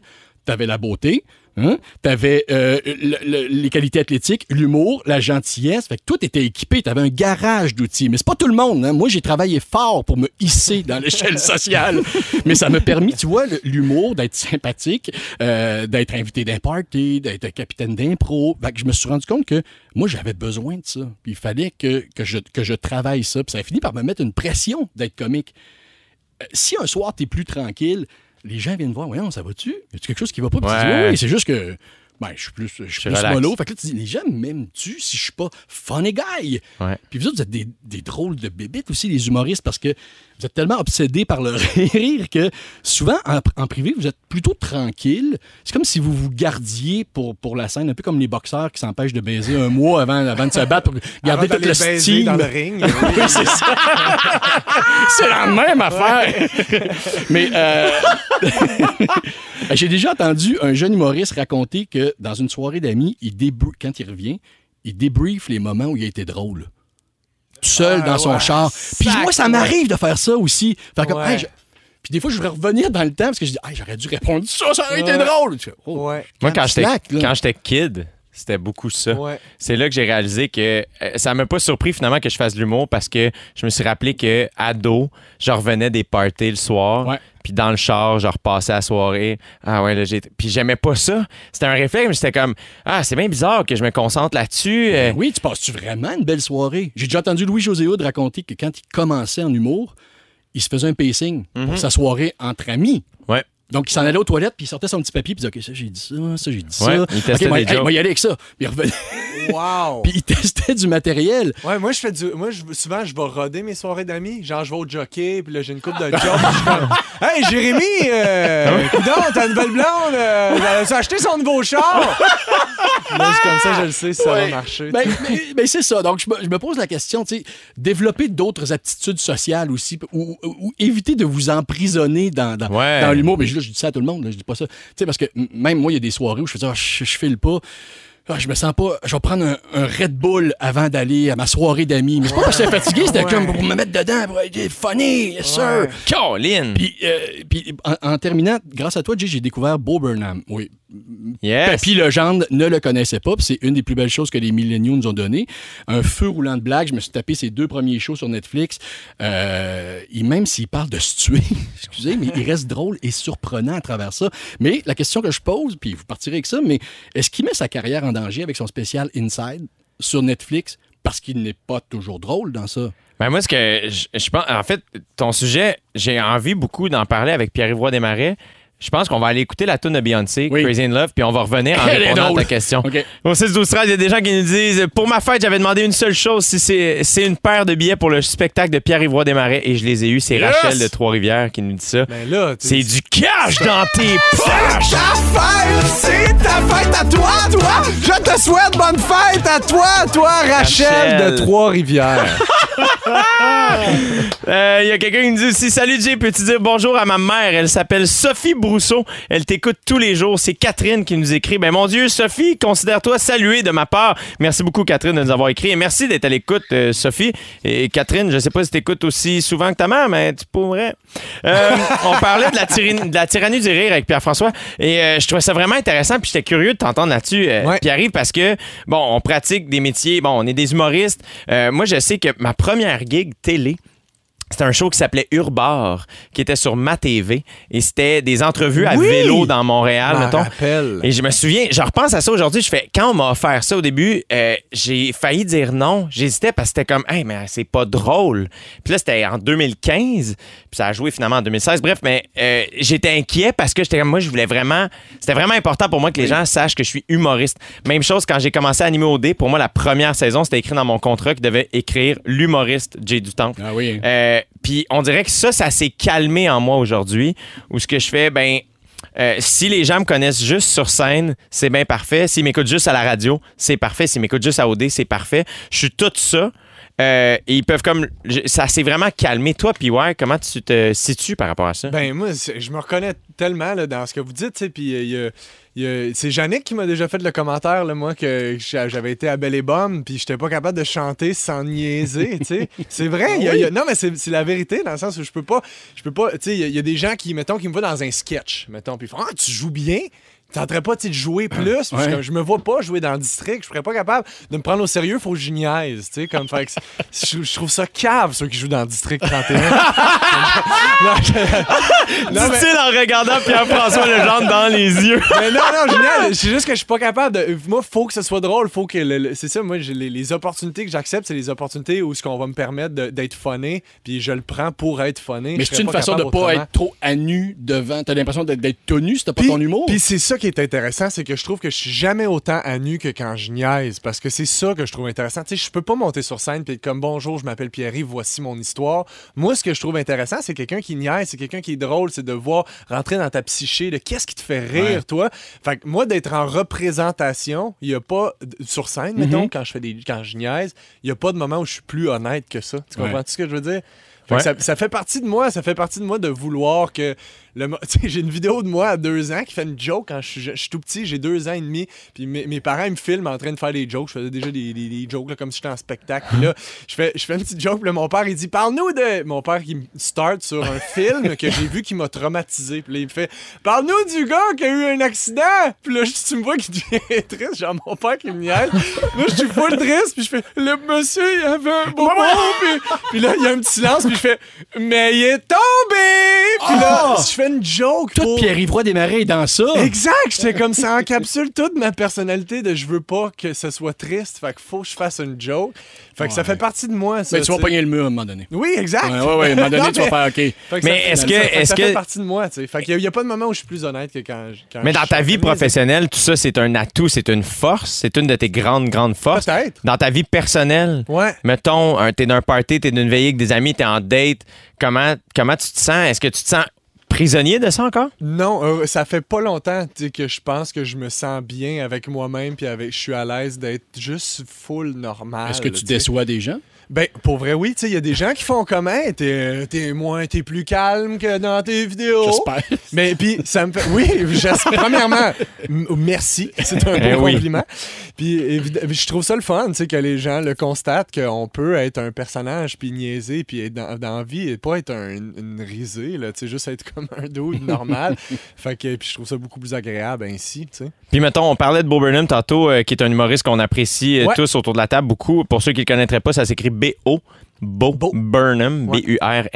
Speaker 3: t'avais la beauté, hein? t'avais euh, le- le- les qualités athlétiques, l'humour, la gentillesse. Fait que toi, t'étais équipé, t'avais un garage d'outils. Mais c'est pas tout le monde. hein. Moi, j'ai travaillé fort pour me hisser dans l'échelle sociale. Mais ça m'a permis, tu vois, le- l'humour, d'être sympathique, euh, d'être invité d'un party, d'être capitaine d'impro. Fait que je me suis rendu compte que moi, j'avais besoin de ça. Puis il fallait que, que, je, que je travaille ça. Puis ça a fini par me mettre une pression d'être comique si un soir, t'es plus tranquille, les gens viennent voir, voyons, ça va-tu? Y a quelque chose qui va pas? Puis tu dis,
Speaker 2: Ouais.
Speaker 3: oui, oui, c'est juste que. Ben, je suis plus, je suis
Speaker 2: suis
Speaker 3: plus
Speaker 2: relax.
Speaker 3: mollo. Fait que là, tu dis, les gens m'aiment-tu si je suis pas funny guy?
Speaker 2: Ouais.
Speaker 3: Puis vous autres, vous êtes des, des drôles de bébites aussi, les humoristes, parce que vous êtes tellement obsédés par le rire que souvent, en, en privé, vous êtes plutôt tranquille. C'est comme si vous vous gardiez pour, pour la scène, un peu comme les boxeurs qui s'empêchent de baiser un mois avant, avant de se battre pour garder
Speaker 4: Avant
Speaker 3: tout le
Speaker 4: d'aller baiser
Speaker 3: steam.
Speaker 4: dans le ring.
Speaker 3: Oui, c'est ça. c'est la même affaire. Mais euh, j'ai déjà entendu un jeune humoriste raconter que dans une soirée d'amis, il débr- quand il revient, il débriefe les moments où il a été drôle. Tout seul
Speaker 4: Ah,
Speaker 3: dans son
Speaker 4: ouais.
Speaker 3: char. Puis
Speaker 4: Sac,
Speaker 3: moi, ça
Speaker 4: ouais.
Speaker 3: m'arrive de faire ça aussi. Faire comme,
Speaker 4: Ouais.
Speaker 3: Hey, je- Puis des fois, je voudrais revenir dans le temps parce que je dis, Hey, j'aurais dû répondre ça, ça aurait été
Speaker 4: Ouais.
Speaker 3: drôle. Tu fais, Oh,
Speaker 4: Ouais.
Speaker 2: Moi, quand j'étais
Speaker 3: slack, là.
Speaker 2: quand j'étais kid, c'était beaucoup ça.
Speaker 4: Ouais.
Speaker 2: C'est là que j'ai réalisé que euh, ça m'a pas surpris finalement que je fasse de l'humour parce que je me suis rappelé que ado, je revenais des parties le soir.
Speaker 3: Ouais.
Speaker 2: Puis dans le char, je repassais la soirée. Ah ouais, là, j'ai. Puis j'aimais pas ça. C'était un réflexe, mais c'était comme Ah, c'est bien bizarre que je me concentre là-dessus. Euh,
Speaker 3: ben Oui, tu passes-tu vraiment une belle soirée? J'ai déjà entendu Louis-José Houd raconter
Speaker 4: Mhm.
Speaker 3: que quand il commençait en humour, il se faisait un pacing pour sa soirée entre amis.
Speaker 2: Ouais.
Speaker 3: Donc, il s'en allait aux toilettes, puis il sortait son petit papier, puis il disait, OK, ça, j'ai dit ça, ça, j'ai dit ça.
Speaker 2: Ouais, il testait
Speaker 3: OK, moi,
Speaker 2: des jokes.
Speaker 3: moi, y aller avec ça. Puis il revenait,
Speaker 4: Wow!
Speaker 3: puis il testait du matériel.
Speaker 4: Ouais, moi, je fais du. Moi, je- souvent, je vais roder mes soirées d'amis. Genre, je vais au jockey, puis là, j'ai une coupe de job. je suis comme, hey, Jérémy, euh, coudonc, t'as une belle blonde. Euh, elle a acheté son nouveau char. Là, c'est comme ça, je le sais, si ça va
Speaker 3: Ouais.
Speaker 4: marcher.
Speaker 3: Ben, mais, mais c'est ça. Donc, je me, je me pose la question, tu sais, développer d'autres aptitudes sociales aussi, ou, ou- ou éviter de vous emprisonner dans, dans,
Speaker 2: Ouais.
Speaker 3: dans l'humour. Mais je, là, je dis ça à tout le monde, là, je dis pas ça. Tu sais, parce que m- même moi, il y a des soirées où je fais ça, Ah, je, je file pas. Ah, je me sens pas. Je vais prendre un, un Red Bull avant d'aller à ma soirée d'amis. Mais c'est pas parce que j'étais fatigué, c'était
Speaker 4: Ouais.
Speaker 3: comme pour me mettre dedans, pour être funny, yes, sir.
Speaker 2: Colin!
Speaker 3: Puis, euh, puis en, en terminant, grâce à toi, Jay, j'ai découvert Bo Burnham. Oui,
Speaker 2: Yes!
Speaker 3: Papy Legendre ne le connaissait pas, puis c'est une des plus belles choses que les milléniaux nous ont donné. Un feu roulant de blagues. Je me suis tapé ses deux premiers shows sur Netflix. Euh, il- même s'il parle de se tuer, excusez, mais il reste drôle et surprenant à travers ça. Mais la question que je pose, puis vous partirez avec ça, mais est-ce qu'il met sa carrière en danger avec son spécial Inside sur Netflix parce qu'il n'est pas toujours drôle dans ça?
Speaker 2: Ben moi, ce que je, je pense, en fait, ton sujet, j'ai envie beaucoup d'en parler avec Pierre-Yvois Desmarais. Je pense qu'on va aller écouter la tune de Beyoncé,
Speaker 3: Oui.
Speaker 2: Crazy in Love, puis on va revenir en
Speaker 3: Elle est
Speaker 2: répondant à ta
Speaker 3: drôle.
Speaker 2: question.
Speaker 3: OK.
Speaker 2: Au 6 12 il y a des gens qui nous disent Pour ma fête, j'avais demandé une seule chose si c'est c'est une paire de billets pour le spectacle de Pierre-Yvois Desmarais, et je les ai eus. C'est
Speaker 3: Yes!
Speaker 2: Rachel de Trois-Rivières qui nous dit ça.
Speaker 4: Ben là, tu
Speaker 2: C'est du cash dans tes poches!
Speaker 1: Ta fête, c'est ta fête à toi, toi.
Speaker 4: Je te souhaite bonne fête à toi, toi, Rachel,
Speaker 2: Rachel.
Speaker 4: de Trois-Rivières.
Speaker 2: Il Euh, y a quelqu'un qui nous dit aussi Salut Jay, peux-tu dire bonjour à ma mère Elle s'appelle Sophie Brousseau. Elle t'écoute tous les jours. C'est Catherine qui nous écrit Ben mon Dieu, Sophie, considère-toi saluée de ma part. Merci beaucoup, Catherine, de nous avoir écrit. Et merci d'être à l'écoute, euh, Sophie. Et Catherine, je sais pas si t'écoutes aussi souvent que ta mère, mais tu pourrais. Euh, on parlait de la, tyrannie- de la tyrannie du rire avec Pierre-François. Et euh, je trouvais ça vraiment intéressant. Puis j'étais curieux de t'entendre là-dessus, euh,
Speaker 4: Ouais.
Speaker 2: Pierre-Yves, parce que, bon, on pratique des métiers. Bon, on est des humoristes. Euh, moi, je sais que ma première gig télé, c'était un show qui s'appelait Urbar, qui était sur ma TV. Et c'était des entrevues à
Speaker 4: Oui!
Speaker 2: vélo dans Montréal,
Speaker 4: M'en
Speaker 2: mettons.
Speaker 4: rappelle.
Speaker 2: Et je me souviens, je repense à ça aujourd'hui. Je fais, quand on m'a offert ça au début, euh, j'ai failli dire non. J'hésitais parce que c'était comme, hey, mais c'est pas drôle. Puis là, c'était en 2015. Puis ça a joué finalement en 2016. Bref, mais euh, j'étais inquiet parce que j'étais comme, moi, je voulais vraiment. C'était vraiment important pour moi que les gens sachent que je suis humoriste. Même chose quand j'ai commencé à animer au D. Pour moi, la première saison, c'était écrit dans mon contrat qu'il devait écrire l'humoriste Jay Dutemple.
Speaker 3: Ah oui.
Speaker 2: Euh, puis on dirait que ça, ça s'est calmé en moi aujourd'hui, où ce que je fais, ben. euh, si les gens me connaissent juste sur scène, c'est bien parfait. S'ils m'écoutent juste à la radio, c'est parfait. S'ils m'écoutent juste à OD, c'est parfait. Je suis tout ça. Euh, et ils peuvent comme. je- ça s'est vraiment calmé. Toi, puis ouais, comment tu te situes par rapport à ça?
Speaker 4: Ben moi, c'est- je me reconnais tellement là, dans ce que vous dites, tu sais, puis euh, il y a- il y a- c'est Yannick qui m'a déjà fait le commentaire, là, moi, que j'a- j'avais été à Belle et Bomme, puis j'étais pas capable de chanter sans niaiser, tu sais. C'est vrai, il y a- il y a- non, mais c'est c'est la vérité, dans le sens où je peux pas, je peux pas, tu sais, il y a- il y, a des gens qui, mettons, qui me voient dans un sketch, mettons, puis ils font « Ah, tu joues bien! » Tenterais pas tu sais, de jouer plus, Puis je suis
Speaker 3: Ouais.
Speaker 4: comme, je me vois pas jouer dans le district, je serais pas capable de me prendre au sérieux, faut que je niaise, tu sais, comme fait que c'est- je, je trouve ça cave ceux qui jouent dans le district 31. Non, je- non, mais-
Speaker 2: Dit-il en regardant Pierre-François Legendre dans les yeux.
Speaker 4: mais non, non, génial. C'est juste que je suis pas capable de. Moi, faut que ce soit drôle. Faut que. le- le- C'est ça, moi, j'ai les, les opportunités que j'accepte, c'est les opportunités où ce qu'on va me permettre de- d'être funné. Puis je le prends pour être funné.
Speaker 3: Mais
Speaker 4: Je
Speaker 3: c'est
Speaker 4: serais
Speaker 3: une façon de
Speaker 4: capable
Speaker 3: pas
Speaker 4: autrement.
Speaker 3: être trop à nu devant. T'as l'impression d'être- d'être tenu, c'était pas
Speaker 4: Puis-
Speaker 3: ton humour.
Speaker 4: Puis c'est ça qui est intéressant, c'est que je trouve que je suis jamais autant à nu que quand je niaise, parce que c'est ça que je trouve intéressant. Tu sais, je peux pas monter sur scène puis être comme bonjour, je m'appelle Pierre-Yves, voici mon histoire. Moi, ce que je trouve intéressant, c'est quelqu'un qui niaise, c'est quelqu'un qui est drôle, c'est de voir rentrer dans ta psyché de qu'est-ce qui te fait rire,
Speaker 3: Ouais.
Speaker 4: toi. Fait que moi, d'être en représentation, il y a pas d- sur scène,
Speaker 3: Mhm.
Speaker 4: mettons, quand je fais des, quand je niaise, il y a pas de moment où je suis plus honnête que ça. Tu
Speaker 3: Ouais.
Speaker 4: comprends ce que je veux dire? Fait que
Speaker 2: Ouais.
Speaker 4: ça, ça fait partie de moi, ça fait partie de moi de vouloir que. le mo- tu sais, j'ai une vidéo de moi à deux ans qui fait une joke quand je suis, je suis tout petit, j'ai deux ans et demi, puis mes, mes parents ils me filment en train de faire des jokes. Je faisais déjà des, des- des jokes là, comme si j'étais en spectacle. Puis là, je fais, je fais une petite joke, puis là, mon père il dit Parle-nous de. Mon père qui me start sur un film que j'ai vu qui m'a traumatisé. Puis là, il me fait Parle-nous du gars qui a eu un accident. Puis là, je- tu me vois qui devient triste, genre mon père qui me niaise. Là, je suis full triste, puis je fais Le monsieur, il avait un beau puis, puis là, il y a un petit silence, puis Puis je fais, mais il est tombé! Puis là,
Speaker 3: Ah!
Speaker 4: je fais une joke.
Speaker 3: Tout
Speaker 4: pour-
Speaker 3: Pierre-Yves Roy Desmarais est dans ça.
Speaker 4: Exact, j'étais comme ça encapsule toute ma personnalité de je veux pas que ce soit triste, fait que faut que je fasse une joke. Fait que ça fait partie de moi ça.
Speaker 3: Mais Ben, tu vas
Speaker 4: sais.
Speaker 3: pogner le mur à un moment donné.
Speaker 4: Oui, exact.
Speaker 3: Ouais, ouais, ouais, à un moment donné,
Speaker 4: Non,
Speaker 3: tu vas
Speaker 4: mais-
Speaker 3: faire OK.
Speaker 4: Fait
Speaker 2: Mais
Speaker 4: ça-
Speaker 2: est-ce
Speaker 4: ça-
Speaker 2: que-
Speaker 4: ça-
Speaker 2: est-ce
Speaker 4: ça fait
Speaker 2: que-
Speaker 4: partie de moi, tu sais. Fait qu'il y a- il y a, pas de moment où je suis plus honnête que quand je quand
Speaker 2: Mais
Speaker 4: je
Speaker 2: dans
Speaker 4: suis
Speaker 2: ta vie
Speaker 4: avec mes amis.
Speaker 2: professionnelle, tout ça, c'est un atout, c'est une force, c'est une de tes grandes, grandes forces.
Speaker 4: Peut-être.
Speaker 2: Dans ta vie personnelle,
Speaker 4: Ouais.
Speaker 2: mettons, un- t'es d'un party, t'es d'une veillée avec des amis, t'es en date, comment, comment tu te sens? Est-ce que tu te sens prisonnier de ça encore?
Speaker 4: Non, euh, ça fait pas longtemps tu sais, que je pense que je me sens bien avec moi-même puis avec je suis à l'aise d'être juste full normal.
Speaker 3: Est-ce que tu
Speaker 4: tu sais.
Speaker 3: déçois des gens?
Speaker 4: Ben, pour vrai, oui, tu sais, il y a des gens qui font comment? T'es t'es moins, t'es plus calme que dans tes vidéos.
Speaker 3: J'espère.
Speaker 4: Mais puis ça me fait oui, j'as- premièrement m- merci, c'est un
Speaker 2: Eh
Speaker 4: bon
Speaker 2: oui.
Speaker 4: compliment. Puis évid- je trouve ça le fun, tu sais que les gens le constatent qu'on peut être un personnage puis niaiser puis être dans, dans la vie et pas être un- une risée là, tu sais juste être comme un dude normal. fait que puis je trouve ça beaucoup plus agréable ainsi, tu sais.
Speaker 2: Puis mettons, on parlait de Bo Burnham tantôt, euh, qui est un humoriste qu'on apprécie euh,
Speaker 4: Ouais.
Speaker 2: tous autour de la table beaucoup. Pour ceux qui le connaîtraient pas, ça s'écrit B-O. Bo,
Speaker 4: Bo.
Speaker 2: Burnham,
Speaker 4: Ouais.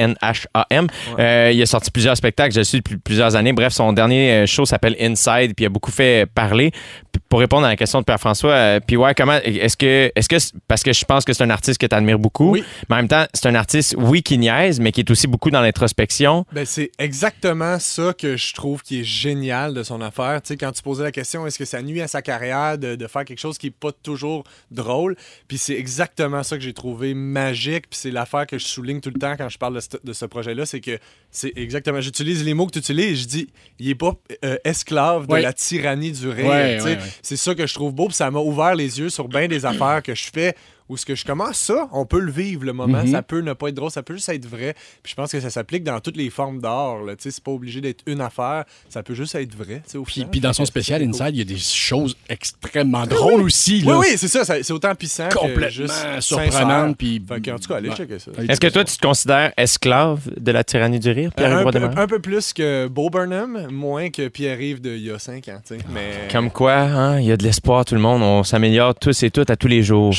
Speaker 2: B-U-R-N-H-A-M. Euh, il a sorti plusieurs spectacles, je le suis depuis plusieurs années. Bref, son dernier euh, show s'appelle Inside, puis il a beaucoup fait euh, parler. P- Pour répondre à la question de Pierre-François, euh, puis ouais, comment est-ce que, est-ce que, c'est- parce que je pense que c'est un artiste que tu admires beaucoup,
Speaker 3: Oui.
Speaker 2: mais en même temps, c'est un artiste, oui, qui niaise, mais qui est aussi beaucoup dans l'introspection.
Speaker 4: Ben, c'est exactement ça que je trouve qui est génial de son affaire. Tu sais, quand tu posais la question, est-ce que ça nuit à sa carrière de, de faire quelque chose qui n'est pas toujours drôle? Puis c'est exactement ça que j'ai trouvé magique. Puis c'est l'affaire que je souligne tout le temps quand je parle de, ce- de ce projet-là. C'est que c'est exactement. J'utilise les mots que tu utilises. Je dis, il est pas euh, esclave de
Speaker 3: Ouais.
Speaker 4: la tyrannie du rire.
Speaker 3: Ouais,
Speaker 4: tu sais.
Speaker 3: ouais, ouais.
Speaker 4: C'est ça que je trouve beau, puis ça m'a ouvert les yeux sur bien des affaires que je fais. Où ce que je commence ça, on peut le vivre le moment,
Speaker 3: Mhm.
Speaker 4: ça peut ne pas être drôle, ça peut juste être vrai. Puis je pense que ça s'applique dans toutes les formes d'art. là. Tu sais, C'est pas obligé d'être une affaire, ça peut juste être vrai. tu sais, au
Speaker 3: Puis,
Speaker 4: final.
Speaker 3: puis dans son
Speaker 4: Fait que ça,
Speaker 3: spécial
Speaker 4: c'est cool.
Speaker 3: Inside, il y a des choses extrêmement drôles aussi.
Speaker 4: Oui,
Speaker 3: Là.
Speaker 4: oui, c'est ça, ça- c'est autant puissant que juste
Speaker 3: Complètement
Speaker 4: sincère.
Speaker 3: surprenantes. Puis...
Speaker 4: Fait que, en tout cas, allez
Speaker 3: Ouais.
Speaker 4: checker ça.
Speaker 3: Allez
Speaker 2: Est-ce que toi, tu te considères esclave de la tyrannie du rire,
Speaker 4: Euh, un,
Speaker 2: Pierre-Yves
Speaker 4: peu,
Speaker 2: Roy-Demers?
Speaker 4: un peu plus que Bo Burnham, moins que Pierre-Yves de il y a 5 ans. tu sais, Mais...
Speaker 3: Ah,
Speaker 2: Comme quoi, hein, il y a de l'espoir, tout le monde. On s'améliore tous et toutes à tous les jours.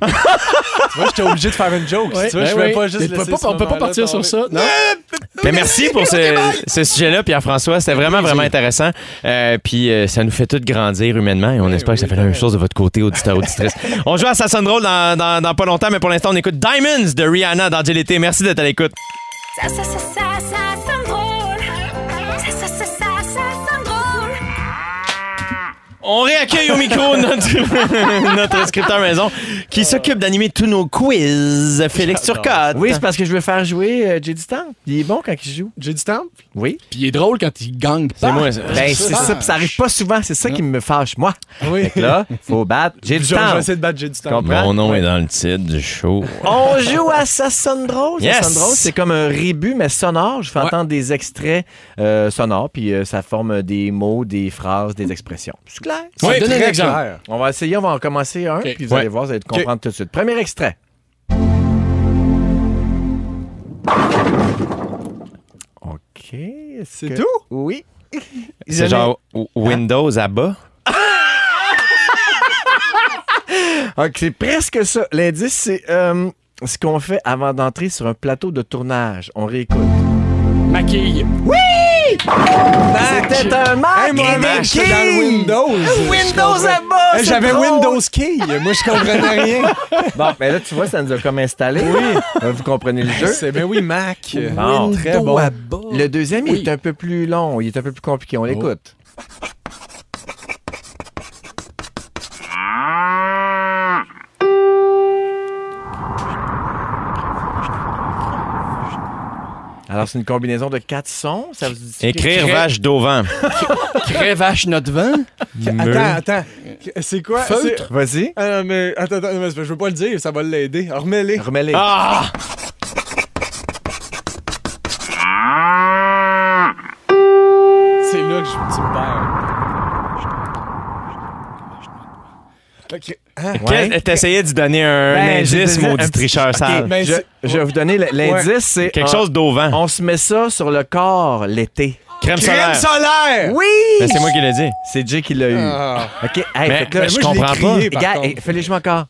Speaker 4: Tu vois, j'étais obligé de faire une joke. si
Speaker 3: Ben
Speaker 4: tu vois, je
Speaker 3: oui.
Speaker 4: pouvais pas juste
Speaker 3: Mais tu peux
Speaker 4: laisser
Speaker 3: pas-
Speaker 4: ce
Speaker 3: on peut pas
Speaker 4: moment-là
Speaker 3: partir sur
Speaker 4: tomber.
Speaker 3: ça. Non.
Speaker 2: Mais Ben, merci pour ce, ce sujet-là, Pierre-François. C'était vraiment, vraiment intéressant. Euh, puis euh, ça nous fait tout grandir humainement et on espère que ça
Speaker 4: oui,
Speaker 2: fait la même
Speaker 4: vraiment.
Speaker 2: chose de votre côté, auditeur, auditrice. on joue à Assassin Drôle dans, dans, dans pas longtemps, mais pour l'instant, on écoute Diamonds de Rihanna dans JLT. Merci d'être à l'écoute.
Speaker 6: Ça, ça, ça, ça, ça, ça me drôle. Ça, ça, ça, ça, ça, ça me drôle.
Speaker 2: On réaccueille au micro notre, notre scripteur maison qui s'occupe d'animer tous nos quiz. Félix Turcotte.
Speaker 5: Oui, c'est parce que je veux faire jouer euh, J.D. Temple. Il est bon quand il joue.
Speaker 4: J'ai du temps?
Speaker 5: Oui.
Speaker 3: Puis il est drôle quand il gagne pas.
Speaker 2: c'est moi. ça.
Speaker 5: Ben, c'est
Speaker 4: ça.
Speaker 5: ça, puis ça arrive pas souvent. C'est ça qui me fâche, moi.
Speaker 4: Oui.
Speaker 5: Là, faut battre J.D.
Speaker 4: Je vais
Speaker 5: Temple.
Speaker 4: essayer de battre, j'ai du temps.
Speaker 5: Comme- Mon nom est
Speaker 2: dans le titre du show.
Speaker 5: On joue à Ça sonne drôle. Ça
Speaker 2: Yes.
Speaker 5: sonne drôle, c'est comme un rébut, mais sonore. Je fais entendre des extraits euh, sonores, puis euh, ça forme des mots, des phrases, des expressions. C'est clair?
Speaker 3: Ça
Speaker 4: Oui,
Speaker 3: donne un
Speaker 4: très
Speaker 3: exemple.
Speaker 4: clair.
Speaker 5: On va essayer, on va en commencer un, puis vous
Speaker 2: Ouais.
Speaker 5: allez voir, vous allez comprendre tout de suite. Premier extrait. OK.
Speaker 4: C'est tout?
Speaker 5: Oui.
Speaker 2: C'est genre w-
Speaker 5: Ah.
Speaker 2: Windows à bas.
Speaker 5: OK, Ah, c'est presque ça. L'indice, c'est euh, ce qu'on fait avant d'entrer sur un plateau de tournage. On réécoute.
Speaker 3: Maquille.
Speaker 5: C'était un Mac
Speaker 4: Hey, moi,
Speaker 5: et
Speaker 4: mec,
Speaker 5: des
Speaker 4: j'étais dans le
Speaker 5: keys.
Speaker 4: Windows. Je
Speaker 5: Windows
Speaker 4: comprenais-
Speaker 5: à bas.
Speaker 4: Hey,
Speaker 5: c'est
Speaker 4: J'avais
Speaker 5: drôle.
Speaker 4: Windows Key. Moi, je comprenais rien.
Speaker 5: Bon, mais là, tu vois, ça nous a comme installé. Oui. Vous comprenez le jeu. Ah,
Speaker 4: C'est ben oui, Mac.
Speaker 3: Ah,
Speaker 5: Bon,
Speaker 4: très bon.
Speaker 2: Oh.
Speaker 5: Le deuxième,
Speaker 3: Oui.
Speaker 5: il est un peu plus long, il est un peu plus compliqué. On l'écoute. Alors, c'est une combinaison de quatre sons. Ça vous dit
Speaker 2: Écrire vache d'auvent.
Speaker 3: Crève vache notre vent.
Speaker 4: Attends, attends. C'est quoi?
Speaker 5: Feutre. Vas-y.
Speaker 4: C'est- Ah non, mais attends, attends, mais je veux pas le dire, ça va l'aider. Remets-les.
Speaker 5: Remets-les.
Speaker 2: Ah!
Speaker 4: C'est là que je tu me perds. Ok. Hein?
Speaker 5: Ouais.
Speaker 2: Qu'est-ce- euh, T'essayais d'y donner un,
Speaker 5: Ben, je
Speaker 2: indice,
Speaker 5: disais
Speaker 2: maudit
Speaker 5: un petit-
Speaker 2: tricheur
Speaker 5: Ok,
Speaker 2: sale.
Speaker 4: Ah, mais
Speaker 5: je,
Speaker 4: c'est-
Speaker 5: je vais vous donner l- l'indice. C'est
Speaker 2: Quelque
Speaker 5: on-
Speaker 2: chose d'auvent.
Speaker 5: On se met ça sur le corps l'été.
Speaker 2: Crème
Speaker 4: Crème
Speaker 2: solaire.
Speaker 4: solaire!
Speaker 5: Oui!
Speaker 2: Mais c'est moi qui l'ai dit.
Speaker 5: C'est Jay qui l'a eu.
Speaker 4: Ah.
Speaker 5: OK. Hey,
Speaker 2: Mais-
Speaker 5: fait que là,
Speaker 2: mais
Speaker 5: je
Speaker 2: moi,
Speaker 5: comprends
Speaker 4: je l'ai
Speaker 5: pas.
Speaker 4: crié, par
Speaker 5: Gars,
Speaker 4: contre.
Speaker 5: hey, fais-les jouer encore.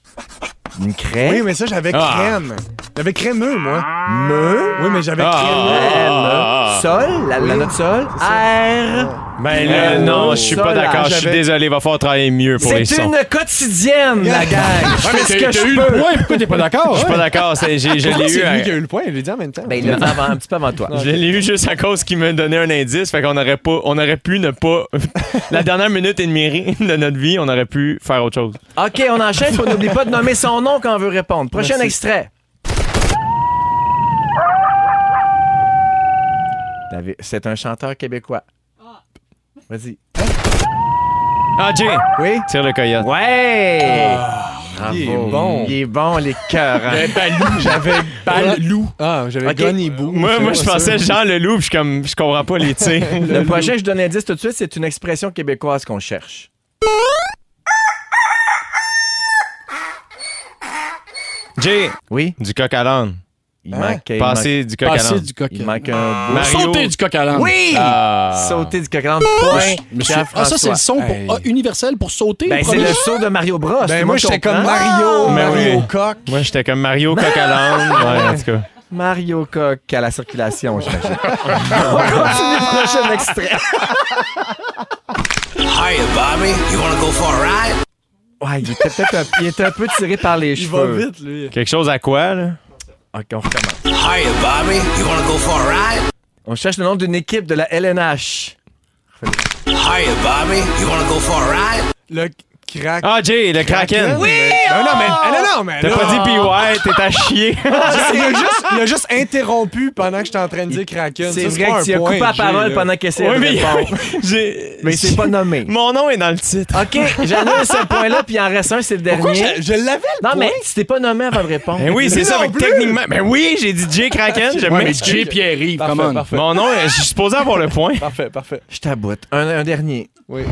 Speaker 5: Une crème.
Speaker 4: Oui, mais ça, j'avais
Speaker 2: Ah.
Speaker 4: crème. J'avais crémeux, moi.
Speaker 5: Ah. Me.
Speaker 4: Oui, mais j'avais
Speaker 5: M.
Speaker 2: Ah, ah, ah.
Speaker 5: Sol. La, la note sol. R.
Speaker 2: Ben là,
Speaker 5: Euh,
Speaker 2: non, je suis pas
Speaker 5: ça, là,
Speaker 2: d'accord. Je suis
Speaker 5: j'avais-
Speaker 2: désolé, va falloir travailler mieux pour les
Speaker 5: C'est
Speaker 2: sons.
Speaker 5: une quotidienne, la gang. Je fais ce que
Speaker 3: T'as
Speaker 5: je
Speaker 3: eu le
Speaker 5: peux.
Speaker 3: point, pourquoi t'es pas d'accord?
Speaker 2: Je suis pas d'accord, c'est- j'ai- je l'ai eu.
Speaker 4: C'est
Speaker 2: à-
Speaker 4: lui qui a eu le point, je l'ai dit en même temps.
Speaker 5: Ben, il l'a dit avant- un petit peu avant toi.
Speaker 2: Je l'ai eu juste à cause qu'il me donnait un indice, fait qu'on aurait pas, on aurait pu ne pas, la dernière minute et demie de notre vie, on aurait pu faire autre chose.
Speaker 5: OK, on enchaîne. On n'oublie pas de nommer son nom quand on veut répondre. Prochain extrait. T'avais- C'est un chanteur québécois.
Speaker 4: Ah.
Speaker 5: Vas-y.
Speaker 2: Ah Jay,
Speaker 5: Oui?
Speaker 2: tire le coyote.
Speaker 5: Ouais! Bravo.
Speaker 4: Ah, il est bon.
Speaker 5: Il est bon, les cœurs. hein.
Speaker 4: J'avais
Speaker 3: Balou.
Speaker 4: Ah, j'avais
Speaker 5: Ok.
Speaker 4: Gunny Boo.
Speaker 2: Moi, moi, je
Speaker 4: ça.
Speaker 2: pensais Jean le loup, puis je suis comme, je comprends pas les tirs.
Speaker 5: Le prochain, je donne un indice tout de suite, c'est une expression québécoise qu'on cherche.
Speaker 2: Jay,
Speaker 5: Oui?
Speaker 2: du coq à l'âne.
Speaker 4: Hein?
Speaker 5: Il manque. il manque-
Speaker 2: Passer du coq à
Speaker 3: Passer
Speaker 2: l'âne.
Speaker 3: du coq.
Speaker 5: Il manque un bout.
Speaker 2: Mario.
Speaker 3: Sauter du coq à l'âne.
Speaker 5: Oui!
Speaker 2: Ah.
Speaker 5: Ah. Sauter du coq à l'âne. Point.
Speaker 3: Monsieur-
Speaker 5: Jean-François.
Speaker 3: Ah, ça, c'est le son pour-
Speaker 4: Hey.
Speaker 3: ah, universel pour sauter.
Speaker 5: Ben,
Speaker 3: le
Speaker 5: c'est
Speaker 3: premier.
Speaker 5: le saut de Mario Bros. tout
Speaker 4: Ben,
Speaker 5: le
Speaker 4: moi,
Speaker 5: monde
Speaker 4: j'étais
Speaker 5: comprend.
Speaker 4: comme Mario,
Speaker 2: Mais
Speaker 5: Ben
Speaker 4: Mario
Speaker 2: oui.
Speaker 4: Coq.
Speaker 2: Moi, j'étais comme Mario coq à l'âne. Ouais, en tout cas.
Speaker 5: Mario Coq à la circulation, j'imagine. On continue le prochain extrait.
Speaker 7: Hiya, Bobby. You want to go for a ride?
Speaker 5: Ouais, il était peut-être un, il était un peu tiré par les
Speaker 4: Il va
Speaker 5: cheveux.
Speaker 4: vite, lui.
Speaker 2: Quelque chose à quoi, là?
Speaker 5: OK, on recommence.
Speaker 7: Hiya, Bobby. You want to go for a ride?
Speaker 5: On cherche le nom d'une équipe de la LNH.
Speaker 7: Hiya, Bobby. You want to go for a ride?
Speaker 4: Le crack.
Speaker 2: Ah Jay, le kraken.
Speaker 4: Non, non, mais. ah, Non, non, mais.
Speaker 2: T'as
Speaker 4: là,
Speaker 2: pas dit PY, t'es à chier.
Speaker 4: il, a juste, il a juste interrompu pendant que j'étais en train de dire Kraken. Ça,
Speaker 5: C'est vrai
Speaker 4: pas
Speaker 5: que
Speaker 4: un
Speaker 5: tu as
Speaker 4: point,
Speaker 5: coupé la
Speaker 4: Jay,
Speaker 5: parole
Speaker 4: là.
Speaker 5: pendant qu'il essayait
Speaker 2: Ouais,
Speaker 5: de
Speaker 2: mais-
Speaker 5: répondre.
Speaker 2: J'ai-
Speaker 5: Mais c'est pas nommé.
Speaker 2: Mon nom est dans le titre.
Speaker 5: OK, j'annule ce point-là, puis il en reste un, c'est le
Speaker 4: Pourquoi
Speaker 5: dernier.
Speaker 4: je, je l'avais
Speaker 5: Non, mais si t'es pas nommé avant de répondre.
Speaker 2: Ben oui, c'est ça.
Speaker 4: non
Speaker 2: fait que
Speaker 4: plus.
Speaker 2: techniquement. Ben oui, j'ai dit Jay Kraken. J'aime
Speaker 3: Ouais,
Speaker 2: bien
Speaker 3: mais
Speaker 2: ce que-
Speaker 3: Jay Pierre-Yves, come
Speaker 4: Parfait,
Speaker 3: on.
Speaker 4: parfait,
Speaker 2: Mon nom, je suis supposé avoir le point.
Speaker 4: parfait, parfait.
Speaker 5: Je t'aboute. Un, un dernier.
Speaker 4: Oui.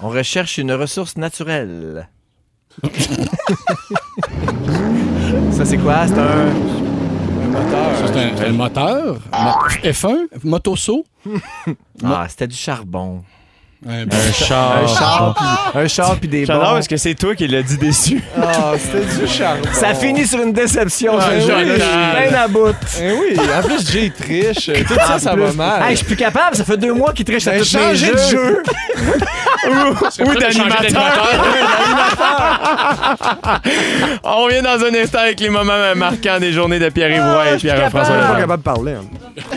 Speaker 5: On recherche une ressource naturelle. ça, c'est quoi? C'est un...
Speaker 3: Ça, C'est un, c'est un moteur. F1, motosaut.
Speaker 5: Ah, c'était du charbon.
Speaker 3: Un
Speaker 2: Un char.
Speaker 5: Un char, puis, un char, puis des
Speaker 2: J'adore
Speaker 5: bons.
Speaker 2: parce que c'est toi qui l'as dit déçu.
Speaker 4: Ah, c'était du charbon.
Speaker 5: Ça finit sur une déception. Ben
Speaker 4: Ah,
Speaker 5: je
Speaker 4: oui.
Speaker 5: je- je- plein à bout.
Speaker 4: Eh oui, en plus, Jay triche. Tout ça, ça va Ah, mal. Ben,
Speaker 5: Hey, je suis Ah, plus capable. Ça fait deux mois qu'il triche
Speaker 4: J'ai
Speaker 5: à tous mes
Speaker 4: changé
Speaker 5: jeux.
Speaker 4: de jeu.
Speaker 2: Ou d'animateur. On revient dans un instant avec les moments marquants des journées de Pierre Ivoire et
Speaker 4: euh,
Speaker 2: Pierre-François.
Speaker 5: capable.
Speaker 2: Lefebvre.
Speaker 4: capable de parler. hein.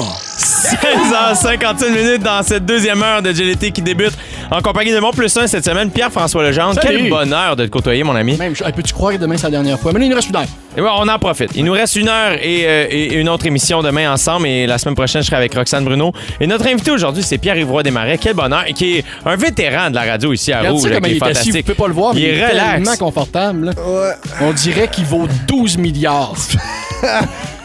Speaker 2: h 51 minutes dans cette deuxième heure de GLT qui débute en compagnie de mon plus 1 cette semaine, Pierre-François Legendre.
Speaker 3: Salut.
Speaker 2: Quel bonheur de te côtoyer, mon ami.
Speaker 3: Même, hey, peux-tu croire que demain, c'est la dernière fois? Mais là, il nous reste une heure.
Speaker 2: Et ouais, on en profite. Il nous reste une heure et, euh, et une autre émission demain ensemble. Et la semaine prochaine, je serai avec Roxane Bruno. Et notre invité aujourd'hui, c'est Pierre Ivroy Desmarais. Quel bonheur. Et qui est un vétéran de la radio ici à
Speaker 3: Regarde
Speaker 2: Rouge.
Speaker 3: ça comment
Speaker 2: qui
Speaker 3: il
Speaker 2: oh, est
Speaker 3: est assis. Vous
Speaker 2: fantastique.
Speaker 3: pouvez pas le voir, mais
Speaker 2: Il
Speaker 3: il
Speaker 2: est
Speaker 3: est
Speaker 2: relax.
Speaker 3: tellement confortable. là. On dirait qu'il vaut 12 milliards.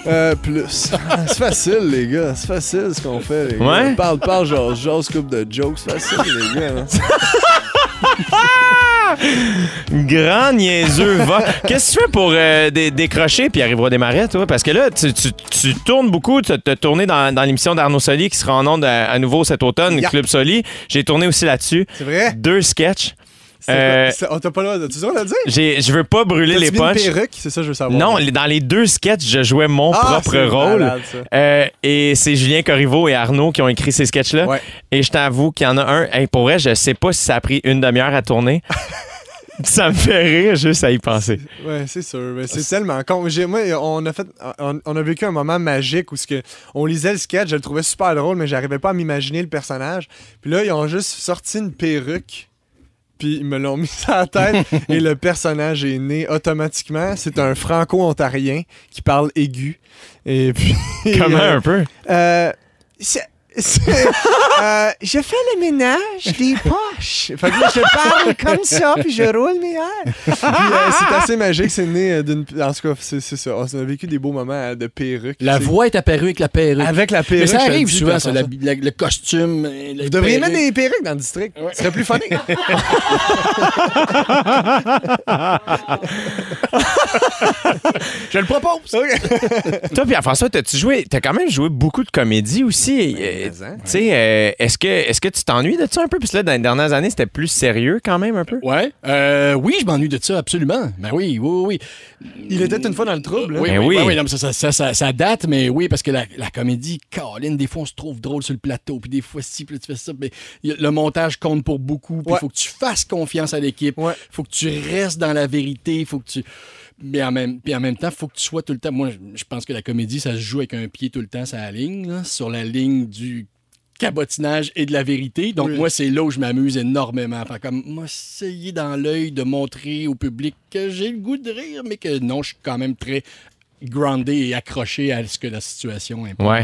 Speaker 4: Euh, plus. C'est facile, les gars. C'est facile ce qu'on fait, les gars.
Speaker 2: Ouais?
Speaker 4: Parle, parle, genre, genre, coupe de jokes. C'est facile, les gars. hein.
Speaker 2: Grand niaiseux va. Qu'est-ce que tu fais pour euh, dé- décrocher Pierre Ivroy Desmarais, toi? Parce que là, tu, tu- tu tournes beaucoup. Tu as tourné dans, dans l'émission d'Arnaud Soli qui sera en ondes à, à nouveau cet automne,
Speaker 4: Yeah.
Speaker 2: Club Soli. J'ai tourné aussi là-dessus.
Speaker 4: C'est vrai?
Speaker 2: Deux sketchs.
Speaker 4: C'est
Speaker 2: Euh,
Speaker 4: quoi? C'est- On t'a pas le droit de. Tu dois le dire?
Speaker 2: J'ai- Je veux pas brûler
Speaker 4: T'as-tu
Speaker 2: les
Speaker 4: mis une
Speaker 2: poches.
Speaker 4: perruque? C'est ça, que je veux savoir.
Speaker 2: Non, les- dans les deux sketchs, je jouais mon
Speaker 4: Ah,
Speaker 2: propre
Speaker 4: c'est
Speaker 2: rôle.
Speaker 4: malade, ça.
Speaker 2: Euh, et c'est Julien Corriveau et Arnaud qui ont écrit ces sketchs-là.
Speaker 4: Ouais.
Speaker 2: Et je t'avoue qu'il y en a un. Hey, pour vrai, je sais pas si ça a pris une demi-heure à tourner. ça me fait rire juste à y penser.
Speaker 4: Ouais, c'est sûr. mais C'est tellement con. J'ai- Moi, on a fait, on, on a vécu un moment magique où ce que on lisait le sketch, je le trouvais super drôle, mais j'arrivais pas à m'imaginer le personnage. Puis là, ils ont juste sorti une perruque. Puis ils me l'ont mis sur la tête et le personnage est né automatiquement. C'est un franco-ontarien qui parle aigu. Et puis.
Speaker 2: Comment
Speaker 4: euh,
Speaker 2: un peu?
Speaker 4: euh, c'est- c'est- euh, je fais le ménage des poches. Fait que là, je parle comme ça, puis je roule mes airs. Puis, euh, c'est assez magique, c'est né euh, d'une. En tout cas, c'est c'est ça. Ah, On a vécu des beaux moments euh, de perruque.
Speaker 3: La
Speaker 4: C'est-
Speaker 3: voix est apparue avec la perruque.
Speaker 4: Avec la perruque.
Speaker 3: Mais ça
Speaker 4: je te le
Speaker 3: arrive
Speaker 4: dis,
Speaker 3: souvent, ça,
Speaker 4: personne.
Speaker 3: la- la- le costume. euh, la
Speaker 4: Vous devriez
Speaker 3: perruque.
Speaker 4: mettre des perruques dans le district. Ce serait plus funny.
Speaker 3: Je le propose.
Speaker 2: Toi, Pierre-François, t'as-tu joué, t'as quand même joué beaucoup de comédies aussi. Euh,
Speaker 4: mais, hein.
Speaker 2: tu sais, euh, est-ce que, est-ce que tu t'ennuies de ça un peu? Puis là, dans les dernières années, c'était plus sérieux quand même un peu.
Speaker 3: Ouais. Euh, oui, je m'ennuie de ça, absolument. Ben oui, oui, oui.
Speaker 4: Il était une fois dans le trouble. hein.
Speaker 3: Oui,
Speaker 2: Ben
Speaker 3: oui,
Speaker 2: oui.
Speaker 3: oui, oui, non, mais ça, ça, ça, ça- ça date, mais oui, parce que la, la comédie, Caroline, des fois, on se trouve drôle sur le plateau, puis des fois, si, puis là, tu fais ça, mais y a- le montage compte pour beaucoup, puis il
Speaker 4: Ouais.
Speaker 3: faut que tu fasses confiance à l'équipe, il
Speaker 4: Ouais.
Speaker 3: faut que tu restes dans la vérité, il faut que tu... Mais en même, puis en même temps, faut que tu sois tout le temps... Moi, je- je pense que la comédie, ça se joue avec un pied tout le temps sur la ligne, là, sur la ligne du cabotinage et de la vérité. Donc, moi, c'est là où je m'amuse énormément. Enfin, comme, moi, essayer dans l'œil de montrer au public que j'ai le goût de rire, mais que non, je suis quand même très groundé et accroché à ce que la situation impose. Ah,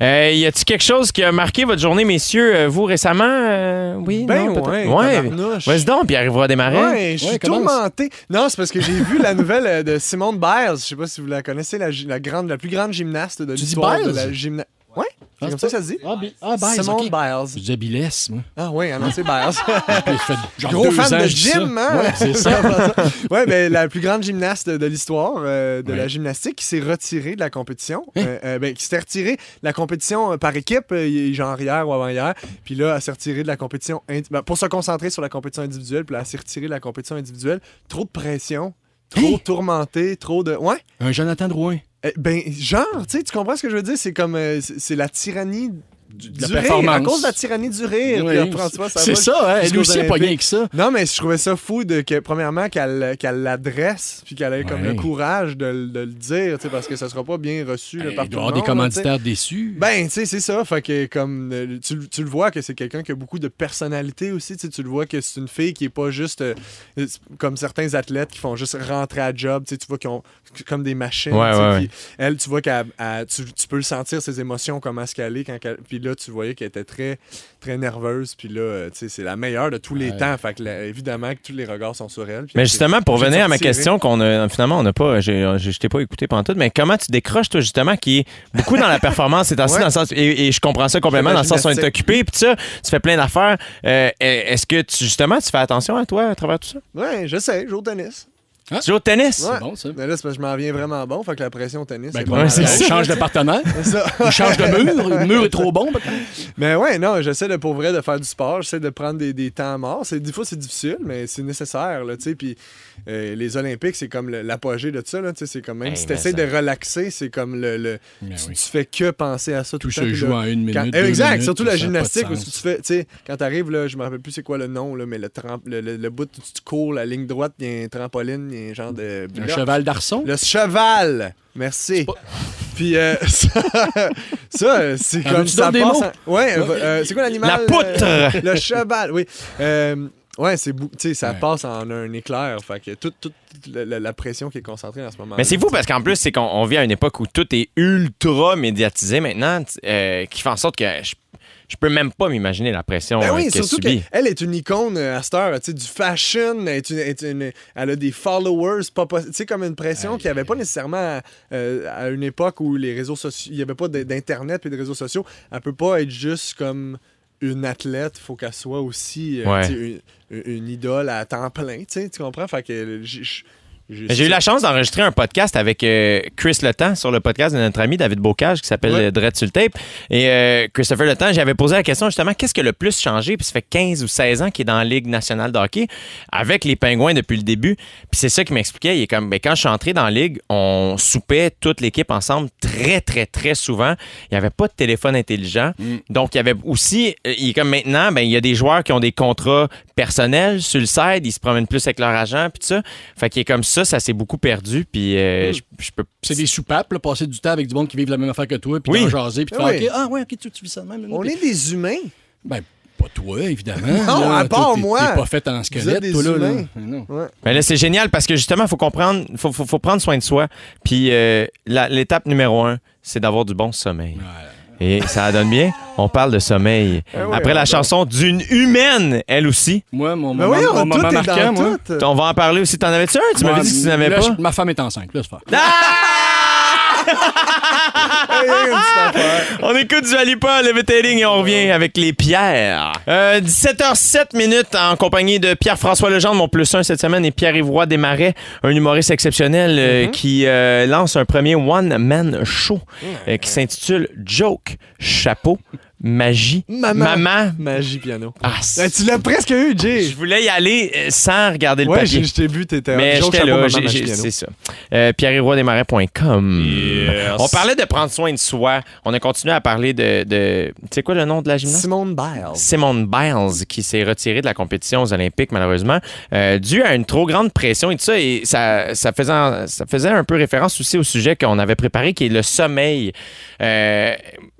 Speaker 4: Ah,
Speaker 2: Euh, y a-tu quelque chose qui a marqué votre journée, messieurs, euh, vous récemment? euh, oui,
Speaker 4: Ben
Speaker 2: non, peut-être?
Speaker 4: ouais, tabarnouche.
Speaker 2: Vas-y donc, Pierre, il va démarrer.
Speaker 4: Ouais, je suis
Speaker 3: Hein? Ouais, commence.
Speaker 4: tourmenté. Non, c'est parce que j'ai vu la nouvelle euh, de Simone Biles. Je sais pas si vous la connaissez, la, gi- la grande, la plus grande gymnaste de
Speaker 3: dis
Speaker 4: l'histoire de
Speaker 3: Biles?
Speaker 4: la gymnastique. Ouais, c'est
Speaker 3: Ah,
Speaker 4: comme
Speaker 3: c'est
Speaker 4: ça que ça se dit.
Speaker 3: Ah, bi- ah, Biles,
Speaker 4: Simone
Speaker 3: ok. Je
Speaker 4: Biles.
Speaker 3: disais Bilès, moi.
Speaker 4: Ah ouais, annoncé Biles.
Speaker 3: Puis, ça fait genre
Speaker 4: Gros
Speaker 3: deux
Speaker 4: fan
Speaker 3: ans
Speaker 4: de
Speaker 3: que je dis ça.
Speaker 4: gym, hein?
Speaker 3: Ouais, c'est ça.
Speaker 4: ouais, ben, la plus grande gymnaste de l'histoire euh,
Speaker 3: Ouais.
Speaker 4: de
Speaker 3: Hein?
Speaker 4: la gymnastique qui s'est retirée de la compétition. Euh, euh, ben, qui s'était retirée de la compétition euh, par équipe, euh, y- genre hier ou avant-hier. Puis là, elle s'est retirée de la compétition indi- ben, pour se concentrer sur la compétition individuelle. Puis là, elle s'est retirée de la compétition individuelle. Trop de pression, trop
Speaker 3: Hein?
Speaker 4: tourmentée, trop de. Ouais.
Speaker 3: Un Jonathan Drouin.
Speaker 4: Euh, ben, genre, tu sais, tu comprends ce que je veux dire? C'est comme. euh, c'est c'est la tyrannie. Du,
Speaker 3: de la
Speaker 4: rire,
Speaker 3: performance.
Speaker 4: à cause de la tyrannie du rire.
Speaker 3: Oui.
Speaker 4: François
Speaker 3: c'est
Speaker 4: Savard,
Speaker 3: ça, hein? Elle
Speaker 4: jusqu'aux
Speaker 3: aussi est
Speaker 4: Olympiques.
Speaker 3: pognée que ça.
Speaker 4: non, mais je trouvais ça fou de que, premièrement, qu'elle qu'elle l'adresse, puis qu'elle ait comme
Speaker 3: Ouais.
Speaker 4: le courage de, le- de le dire, tu sais, parce que ça sera pas bien reçu là,
Speaker 3: Ben, Il doit
Speaker 4: par tout le
Speaker 3: avoir des
Speaker 4: monde, là, tu sais.
Speaker 3: commanditaires déçus.
Speaker 4: Ben, tu sais, c'est ça. Fait que, comme, euh, tu, le- tu le vois que c'est quelqu'un qui a beaucoup de personnalité aussi. Tu sais, tu le vois que c'est une fille qui est pas juste euh, euh, comme certains athlètes qui font juste rentrer à job. Tu sais, tu vois qu'ils ont comme des machines.
Speaker 2: Ouais,
Speaker 4: tu sais,
Speaker 2: ouais,
Speaker 4: puis Elle, tu vois qu'elle, elle- tu, tu peux le sentir, ses émotions, comment se caler. Quand qu'elle- puis là, tu voyais qu'elle était très, très nerveuse. Puis là, euh, tu sais, c'est la meilleure de tous les
Speaker 3: Ouais.
Speaker 4: temps. Fait que, là, évidemment, que tous les regards sont sur elle. puis
Speaker 2: Mais
Speaker 4: elle-
Speaker 2: justement, pour
Speaker 4: J'ai
Speaker 2: venir à ma
Speaker 4: sorti,
Speaker 2: question qu'on a finalement on n'a pas, j'ai- je je t'ai pas écouté pendant tout, mais comment tu décroches toi justement qui est beaucoup dans la performance, c'est dans le sens et, et je comprends ça complètement
Speaker 4: Fais
Speaker 2: dans
Speaker 4: la
Speaker 2: le sens où on est
Speaker 4: gymnastique.
Speaker 2: occupé puis ça, tu fais plein d'affaires. Euh, Est-ce que tu justement tu fais attention à toi à travers tout ça
Speaker 4: Ouais, je sais, je joue au tennis.
Speaker 2: Tu joues au tennis
Speaker 4: Ouais.
Speaker 3: bon, ça.
Speaker 4: Mais là, c'est parce que je m'en viens vraiment bon. Fait que la pression au tennis.
Speaker 3: Ben,
Speaker 4: ben, c'est
Speaker 3: comment-
Speaker 4: pas mal.
Speaker 2: c'est ça.
Speaker 3: il change de partenaire,
Speaker 4: C'est ça.
Speaker 3: il change de mur, le mur est trop bon. peut-être.
Speaker 4: Mais ouais, non, j'essaie de pour vrai de faire du sport, j'essaie de prendre des, des temps morts. C'est, des fois, c'est difficile, mais c'est nécessaire, là, tu sais. Puis euh, les Olympiques, c'est comme le- l'apogée de ça, là, tu sais. C'est comme même
Speaker 2: Hey,
Speaker 4: si
Speaker 2: mais
Speaker 4: t'essaies
Speaker 2: ça.
Speaker 4: de relaxer, c'est comme le. le-
Speaker 3: Ben
Speaker 4: tu,
Speaker 3: oui.
Speaker 4: tu fais que penser à ça
Speaker 3: Tout
Speaker 4: tout, le temps.
Speaker 3: se
Speaker 4: puis
Speaker 3: joue
Speaker 4: là,
Speaker 3: en une minute.
Speaker 4: quand- Eh,
Speaker 3: deux
Speaker 4: exact,
Speaker 3: minutes,
Speaker 4: surtout
Speaker 3: ça
Speaker 4: la
Speaker 3: a pas de
Speaker 4: gymnastique où
Speaker 3: sens.
Speaker 4: tu fais, tu sais, quand t'arrives là, je me rappelle plus c'est quoi le nom là, mais le, tram- le, le- le bout où tu cours, la ligne droite, il y a un trampoline, il y a un genre de
Speaker 3: Un
Speaker 4: bloc.
Speaker 3: cheval d'arçon.
Speaker 4: Le cheval. Merci. Puis euh, ça, ça, euh, c'est
Speaker 3: Ah,
Speaker 4: comme
Speaker 3: veux-tu
Speaker 4: ça
Speaker 3: donner des
Speaker 4: passe.
Speaker 3: mots?
Speaker 4: en- Ouais, euh, euh, c'est quoi l'animal
Speaker 2: La
Speaker 4: euh,
Speaker 2: poutre.
Speaker 4: Le cheval, oui. Euh, ouais, c'est bou- tu sais, ça
Speaker 3: Ouais.
Speaker 4: passe en un éclair, fait que toute toute la, la- la pression qui est concentrée en ce moment.
Speaker 2: Mais c'est fou parce qu'en plus, c'est qu'on on vit à une époque où tout est ultra médiatisé maintenant, t- euh, qui fait en sorte que je, je peux même pas m'imaginer la pression
Speaker 4: Ben
Speaker 2: euh,
Speaker 4: oui,
Speaker 2: qu'elle
Speaker 4: surtout
Speaker 2: subit.
Speaker 4: qu'elle est une icône euh, à cette heure, tu sais, du fashion, elle, est une- est une- elle a des followers, pas possi- tu sais, comme une pression qu'il n'y avait pas nécessairement euh, à une époque où les réseaux sociaux, il n'y avait pas d- d'Internet et de réseaux sociaux, elle peut pas être juste comme une athlète, faut qu'elle soit aussi euh,
Speaker 2: Ouais.
Speaker 4: tu sais, une, une idole à temps plein, tu sais, tu comprends? Fait que euh, j- j-
Speaker 2: Mais J'ai eu la chance d'enregistrer un podcast avec euh, Chris Le Temps sur le podcast de notre ami David Bocage qui s'appelle
Speaker 4: Ouais.
Speaker 2: euh, Dread sur le tape. Et euh, Christopher Le Temps, j'avais posé la question justement qu'est-ce qui a le plus changé Puis ça fait 15 ou 16 ans qu'il est dans la Ligue nationale de hockey avec les Pingouins depuis le début. Puis c'est ça qui m'expliquait. Il est comme ben, quand je suis entré dans la Ligue, on soupait toute l'équipe ensemble très, très, très souvent. Il n'y avait pas de téléphone intelligent. Donc, il y avait aussi, euh, il est comme maintenant, ben, il y a des joueurs qui ont des contrats personnels sur le side, ils se promènent plus avec leur agent, puis tout ça. Fait qu'il est comme ça, ça s'est beaucoup perdu, puis euh,
Speaker 4: Hmm.
Speaker 2: je, je peux.
Speaker 3: C'est des soupapes, là, passer du temps avec du monde qui vivent la même affaire que toi, puis
Speaker 2: Oui.
Speaker 3: t'en jaser, puis te
Speaker 4: Ah
Speaker 3: faire
Speaker 4: oui.
Speaker 3: OK, ah ouais, OK, tu, tu vis ça de même.
Speaker 4: On
Speaker 3: Puis-
Speaker 4: est des humains.
Speaker 3: Ben, pas toi, évidemment.
Speaker 4: Non,
Speaker 3: là.
Speaker 4: à
Speaker 3: Toi,
Speaker 4: part
Speaker 3: t'es-
Speaker 4: moi.
Speaker 3: T'es pas fait en
Speaker 4: Vous
Speaker 3: squelette,
Speaker 4: êtes des
Speaker 3: toi, là, là.
Speaker 4: humains.
Speaker 3: Non.
Speaker 4: Ouais.
Speaker 2: Mais là, c'est génial parce que justement, il faut comprendre, il faut, faut- faut prendre soin de soi. Puis euh, la- l'étape numéro un, c'est d'avoir du bon sommeil. Et ça donne bien. On parle de sommeil.
Speaker 4: Ah oui,
Speaker 2: Après la
Speaker 4: on
Speaker 2: chanson d'une humaine, elle aussi.
Speaker 3: Moi, mon
Speaker 4: Ben
Speaker 3: moment,
Speaker 4: oui,
Speaker 3: mon
Speaker 4: on, tout
Speaker 3: moment
Speaker 4: est
Speaker 3: marquant,
Speaker 4: dans
Speaker 3: moi.
Speaker 4: tout.
Speaker 2: On va en parler aussi. T'en avais-tu un? Tu m'avais
Speaker 3: Ouais,
Speaker 2: dit que tu n'avais
Speaker 3: là,
Speaker 2: pas.
Speaker 3: je- Ma femme est enceinte, là, c'est pas.
Speaker 2: Ah!
Speaker 4: Hey, hey, une petite affaire.
Speaker 2: On écoute du Alipa, Levitating et on revient avec les pierres. Euh, 17h07 minutes en compagnie de Pierre-François Legendre, mon plus 1 cette semaine, et Pierre-Yvroy Desmarais, un humoriste exceptionnel euh, qui euh, lance un premier one-man show euh, qui s'intitule Joke, Chapeau, Magie,
Speaker 4: Maman.
Speaker 2: Maman.
Speaker 4: Magie piano.
Speaker 2: Ah,
Speaker 4: Eh, tu l'as presque eu,
Speaker 2: je
Speaker 4: Jay.
Speaker 2: voulais y aller euh, sans regarder le
Speaker 4: Ouais,
Speaker 2: papier.
Speaker 4: j'ai- je t'ai vu, t'étais
Speaker 2: Mais
Speaker 4: Joke
Speaker 2: j'étais
Speaker 4: chapeau,
Speaker 2: là,
Speaker 4: maman,
Speaker 2: j'ai-
Speaker 4: magie
Speaker 2: j'ai-
Speaker 4: piano.
Speaker 2: c'est ça. Euh, pierre-yvroy-desmarais.com. On parlait de prendre soin de soi. On a continué à parler de... de tu sais quoi le nom de la gymnaste?
Speaker 4: Simone Biles.
Speaker 2: Simone Biles qui s'est retirée de la compétition aux Olympiques malheureusement euh, dû à une trop grande pression et tout ça et ça ça faisait en- ça faisait un peu référence aussi au sujet qu'on avait préparé qui est le sommeil. Euh,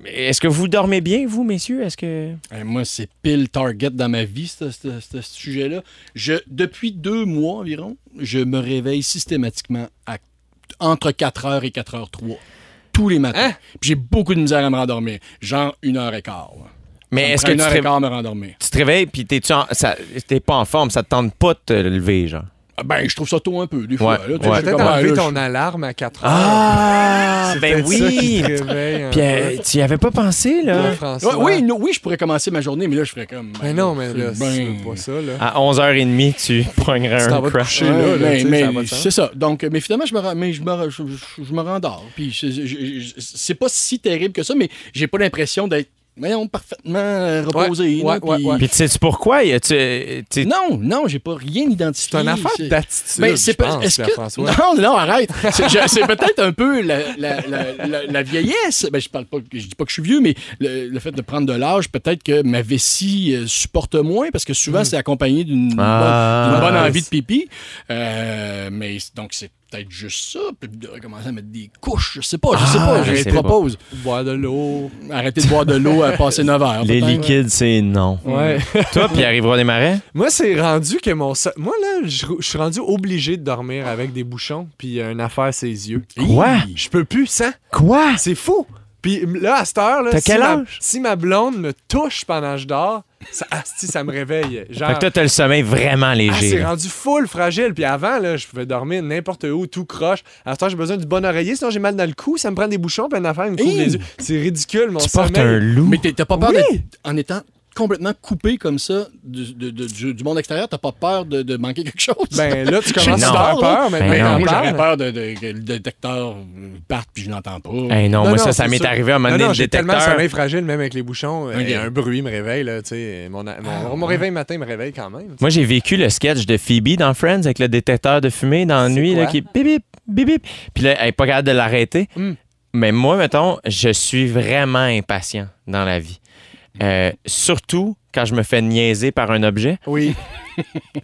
Speaker 2: est-ce que vous dormez bien vous messieurs Est-ce que
Speaker 3: Eh, moi, c'est pile target dans ma vie, ce, ce- ce- ce sujet-là. Je, depuis deux mois environ, je me réveille systématiquement à, entre 4h et 4h03 tous les matins.
Speaker 2: Hein?
Speaker 3: Puis j'ai beaucoup de misère à me rendormir. Genre une heure et quart. là. Ça
Speaker 2: mais
Speaker 3: me
Speaker 2: est-ce
Speaker 3: prend
Speaker 2: que tu
Speaker 3: une
Speaker 2: te,
Speaker 3: heure et
Speaker 2: réve-
Speaker 3: quart à me rendormir?
Speaker 2: tu te réveilles puis t'es tu t'es pas en forme, ça te tente pas de te lever genre.
Speaker 3: Ah, Ben, je trouve ça tôt un peu, des fois.
Speaker 2: Ouais,
Speaker 3: là, tu sais,
Speaker 2: ouais.
Speaker 3: je suis
Speaker 4: Peut-être
Speaker 3: comme, ah,
Speaker 4: enlever
Speaker 3: là,
Speaker 4: ton
Speaker 3: je-
Speaker 4: alarme à 4 heures.
Speaker 2: Ah
Speaker 4: C'est
Speaker 2: ben
Speaker 4: peut-être ça qui
Speaker 2: oui.
Speaker 4: te réveille un
Speaker 2: Puis
Speaker 4: peu.
Speaker 2: euh, tu y avais pas pensé là
Speaker 4: Ouais, François.
Speaker 3: Ouais, oui, non, oui, je pourrais commencer ma journée, mais là, je ferais comme.
Speaker 4: Mais non, mais
Speaker 3: c'est
Speaker 4: là,
Speaker 3: ben-
Speaker 4: c'est pas ça, là.
Speaker 2: À 11h30, tu prendrais
Speaker 4: Tu
Speaker 2: un
Speaker 4: t'en vas te
Speaker 2: crash.
Speaker 3: Ouais,
Speaker 4: coucher, là, là,
Speaker 3: mais-
Speaker 4: tu sais,
Speaker 3: mais
Speaker 4: ça a pas de sens.
Speaker 3: c'est ça. Donc, mais finalement, je me, rend- mais je me, je, je- je me rendors. Puis c'est- je- je- je- c'est pas si terrible que ça, mais j'ai pas l'impression d'être voyons, parfaitement euh, reposé. là,
Speaker 4: Ouais, ouais,
Speaker 3: puis-
Speaker 4: ouais.
Speaker 2: Puis tu sais pourquoi? Y a- tu- tu-
Speaker 3: Non, non, j'ai pas rien identifié.
Speaker 4: C'est une affaire
Speaker 3: C'est-
Speaker 4: d'attitude.
Speaker 3: Ben, c'est
Speaker 4: je
Speaker 3: pas-
Speaker 4: pense,
Speaker 3: est-ce
Speaker 4: Pierre
Speaker 3: que-
Speaker 4: François.
Speaker 3: Non, non, arrête. C'est je- c'est peut-être un peu la, la- la- la- la vieillesse. Ben, je parle pas, je dis pas que je suis vieux, mais le, le fait de prendre de l'âge, peut-être que ma vessie euh, supporte moins parce que souvent c'est accompagné d'une
Speaker 2: Mm. Ah.
Speaker 3: bonne, d'une bonne envie de pipi. Euh, mais c- donc c'est peut-être juste ça. Puis je devrais commencer à mettre des couches. Je sais pas, je sais
Speaker 2: Ah,
Speaker 3: pas.
Speaker 2: je
Speaker 3: Je
Speaker 2: sais
Speaker 3: te propose.
Speaker 4: Boire de l'eau.
Speaker 3: Arrêtez de boire de l'eau à passer 9 heures.
Speaker 2: Les
Speaker 3: peut-être.
Speaker 2: liquides, c'est non.
Speaker 4: Ouais.
Speaker 2: Toi, puis arrivera des marais?
Speaker 4: Moi, c'est rendu que mon. so- Moi, là, je je suis rendu obligé de dormir avec des bouchons, puis euh, une affaire, ses yeux.
Speaker 2: Quoi?
Speaker 4: Je peux plus, ça.
Speaker 2: Quoi?
Speaker 4: C'est fou. Puis m- là, à cette heure, là,
Speaker 2: T'as
Speaker 4: si,
Speaker 2: quel
Speaker 4: ma...
Speaker 2: âge?
Speaker 4: si ma blonde me touche pendant que je dors, ça, asti, ça me réveille. Genre,
Speaker 2: Fait que toi, t'as le sommeil vraiment
Speaker 4: ah,
Speaker 2: léger.
Speaker 4: c'est
Speaker 2: là.
Speaker 4: rendu full fragile. Puis avant, là, je pouvais dormir n'importe où, tout croche. À cette heure, j'ai besoin du bon oreiller, sinon j'ai mal dans le cou, ça me prend des bouchons, puis une affaire, une coupe
Speaker 3: Hey!
Speaker 4: des yeux. C'est ridicule, mon
Speaker 2: tu portes
Speaker 4: sommeil.
Speaker 2: un loup.
Speaker 3: Mais t'es- t'as pas peur
Speaker 4: Oui.
Speaker 3: d'être- en étant complètement coupé comme ça du, de- de- du, du monde extérieur, t'as pas peur de, de manquer quelque chose?
Speaker 4: Ben là, tu commences
Speaker 2: Non.
Speaker 4: à faire peur, mais
Speaker 2: Ben
Speaker 3: Ben
Speaker 2: non.
Speaker 3: non,
Speaker 4: t'en
Speaker 3: moi j'aurais
Speaker 4: parles.
Speaker 3: peur de, de- que le détecteur euh, parte puis je n'entends pas.
Speaker 2: Hey, non,
Speaker 4: Non,
Speaker 2: moi,
Speaker 4: non,
Speaker 2: ça, ça
Speaker 4: c'est
Speaker 2: m'est
Speaker 4: sûr.
Speaker 2: arrivé à un moment
Speaker 4: Non,
Speaker 2: donné,
Speaker 4: non,
Speaker 2: le
Speaker 4: j'ai tellement le
Speaker 2: détecteur.
Speaker 4: sommeil fragile, même avec les bouchons. euh,
Speaker 3: Ok.
Speaker 4: et un bruit me réveille, là, tu sais. Mon, mon, mon réveil matin me réveille quand même.
Speaker 2: Moi, j'ai vécu le sketch de Phoebe dans Friends avec le détecteur de fumée dans la
Speaker 4: C'est
Speaker 2: nuit, là,
Speaker 4: quoi?
Speaker 2: qui bip, bip, bip, bip. Puis là, elle est pas capable de l'arrêter.
Speaker 4: Mm.
Speaker 2: Mais moi, mettons, je suis vraiment impatient dans la vie. Euh, surtout quand je me fais niaiser par un objet.
Speaker 4: Oui.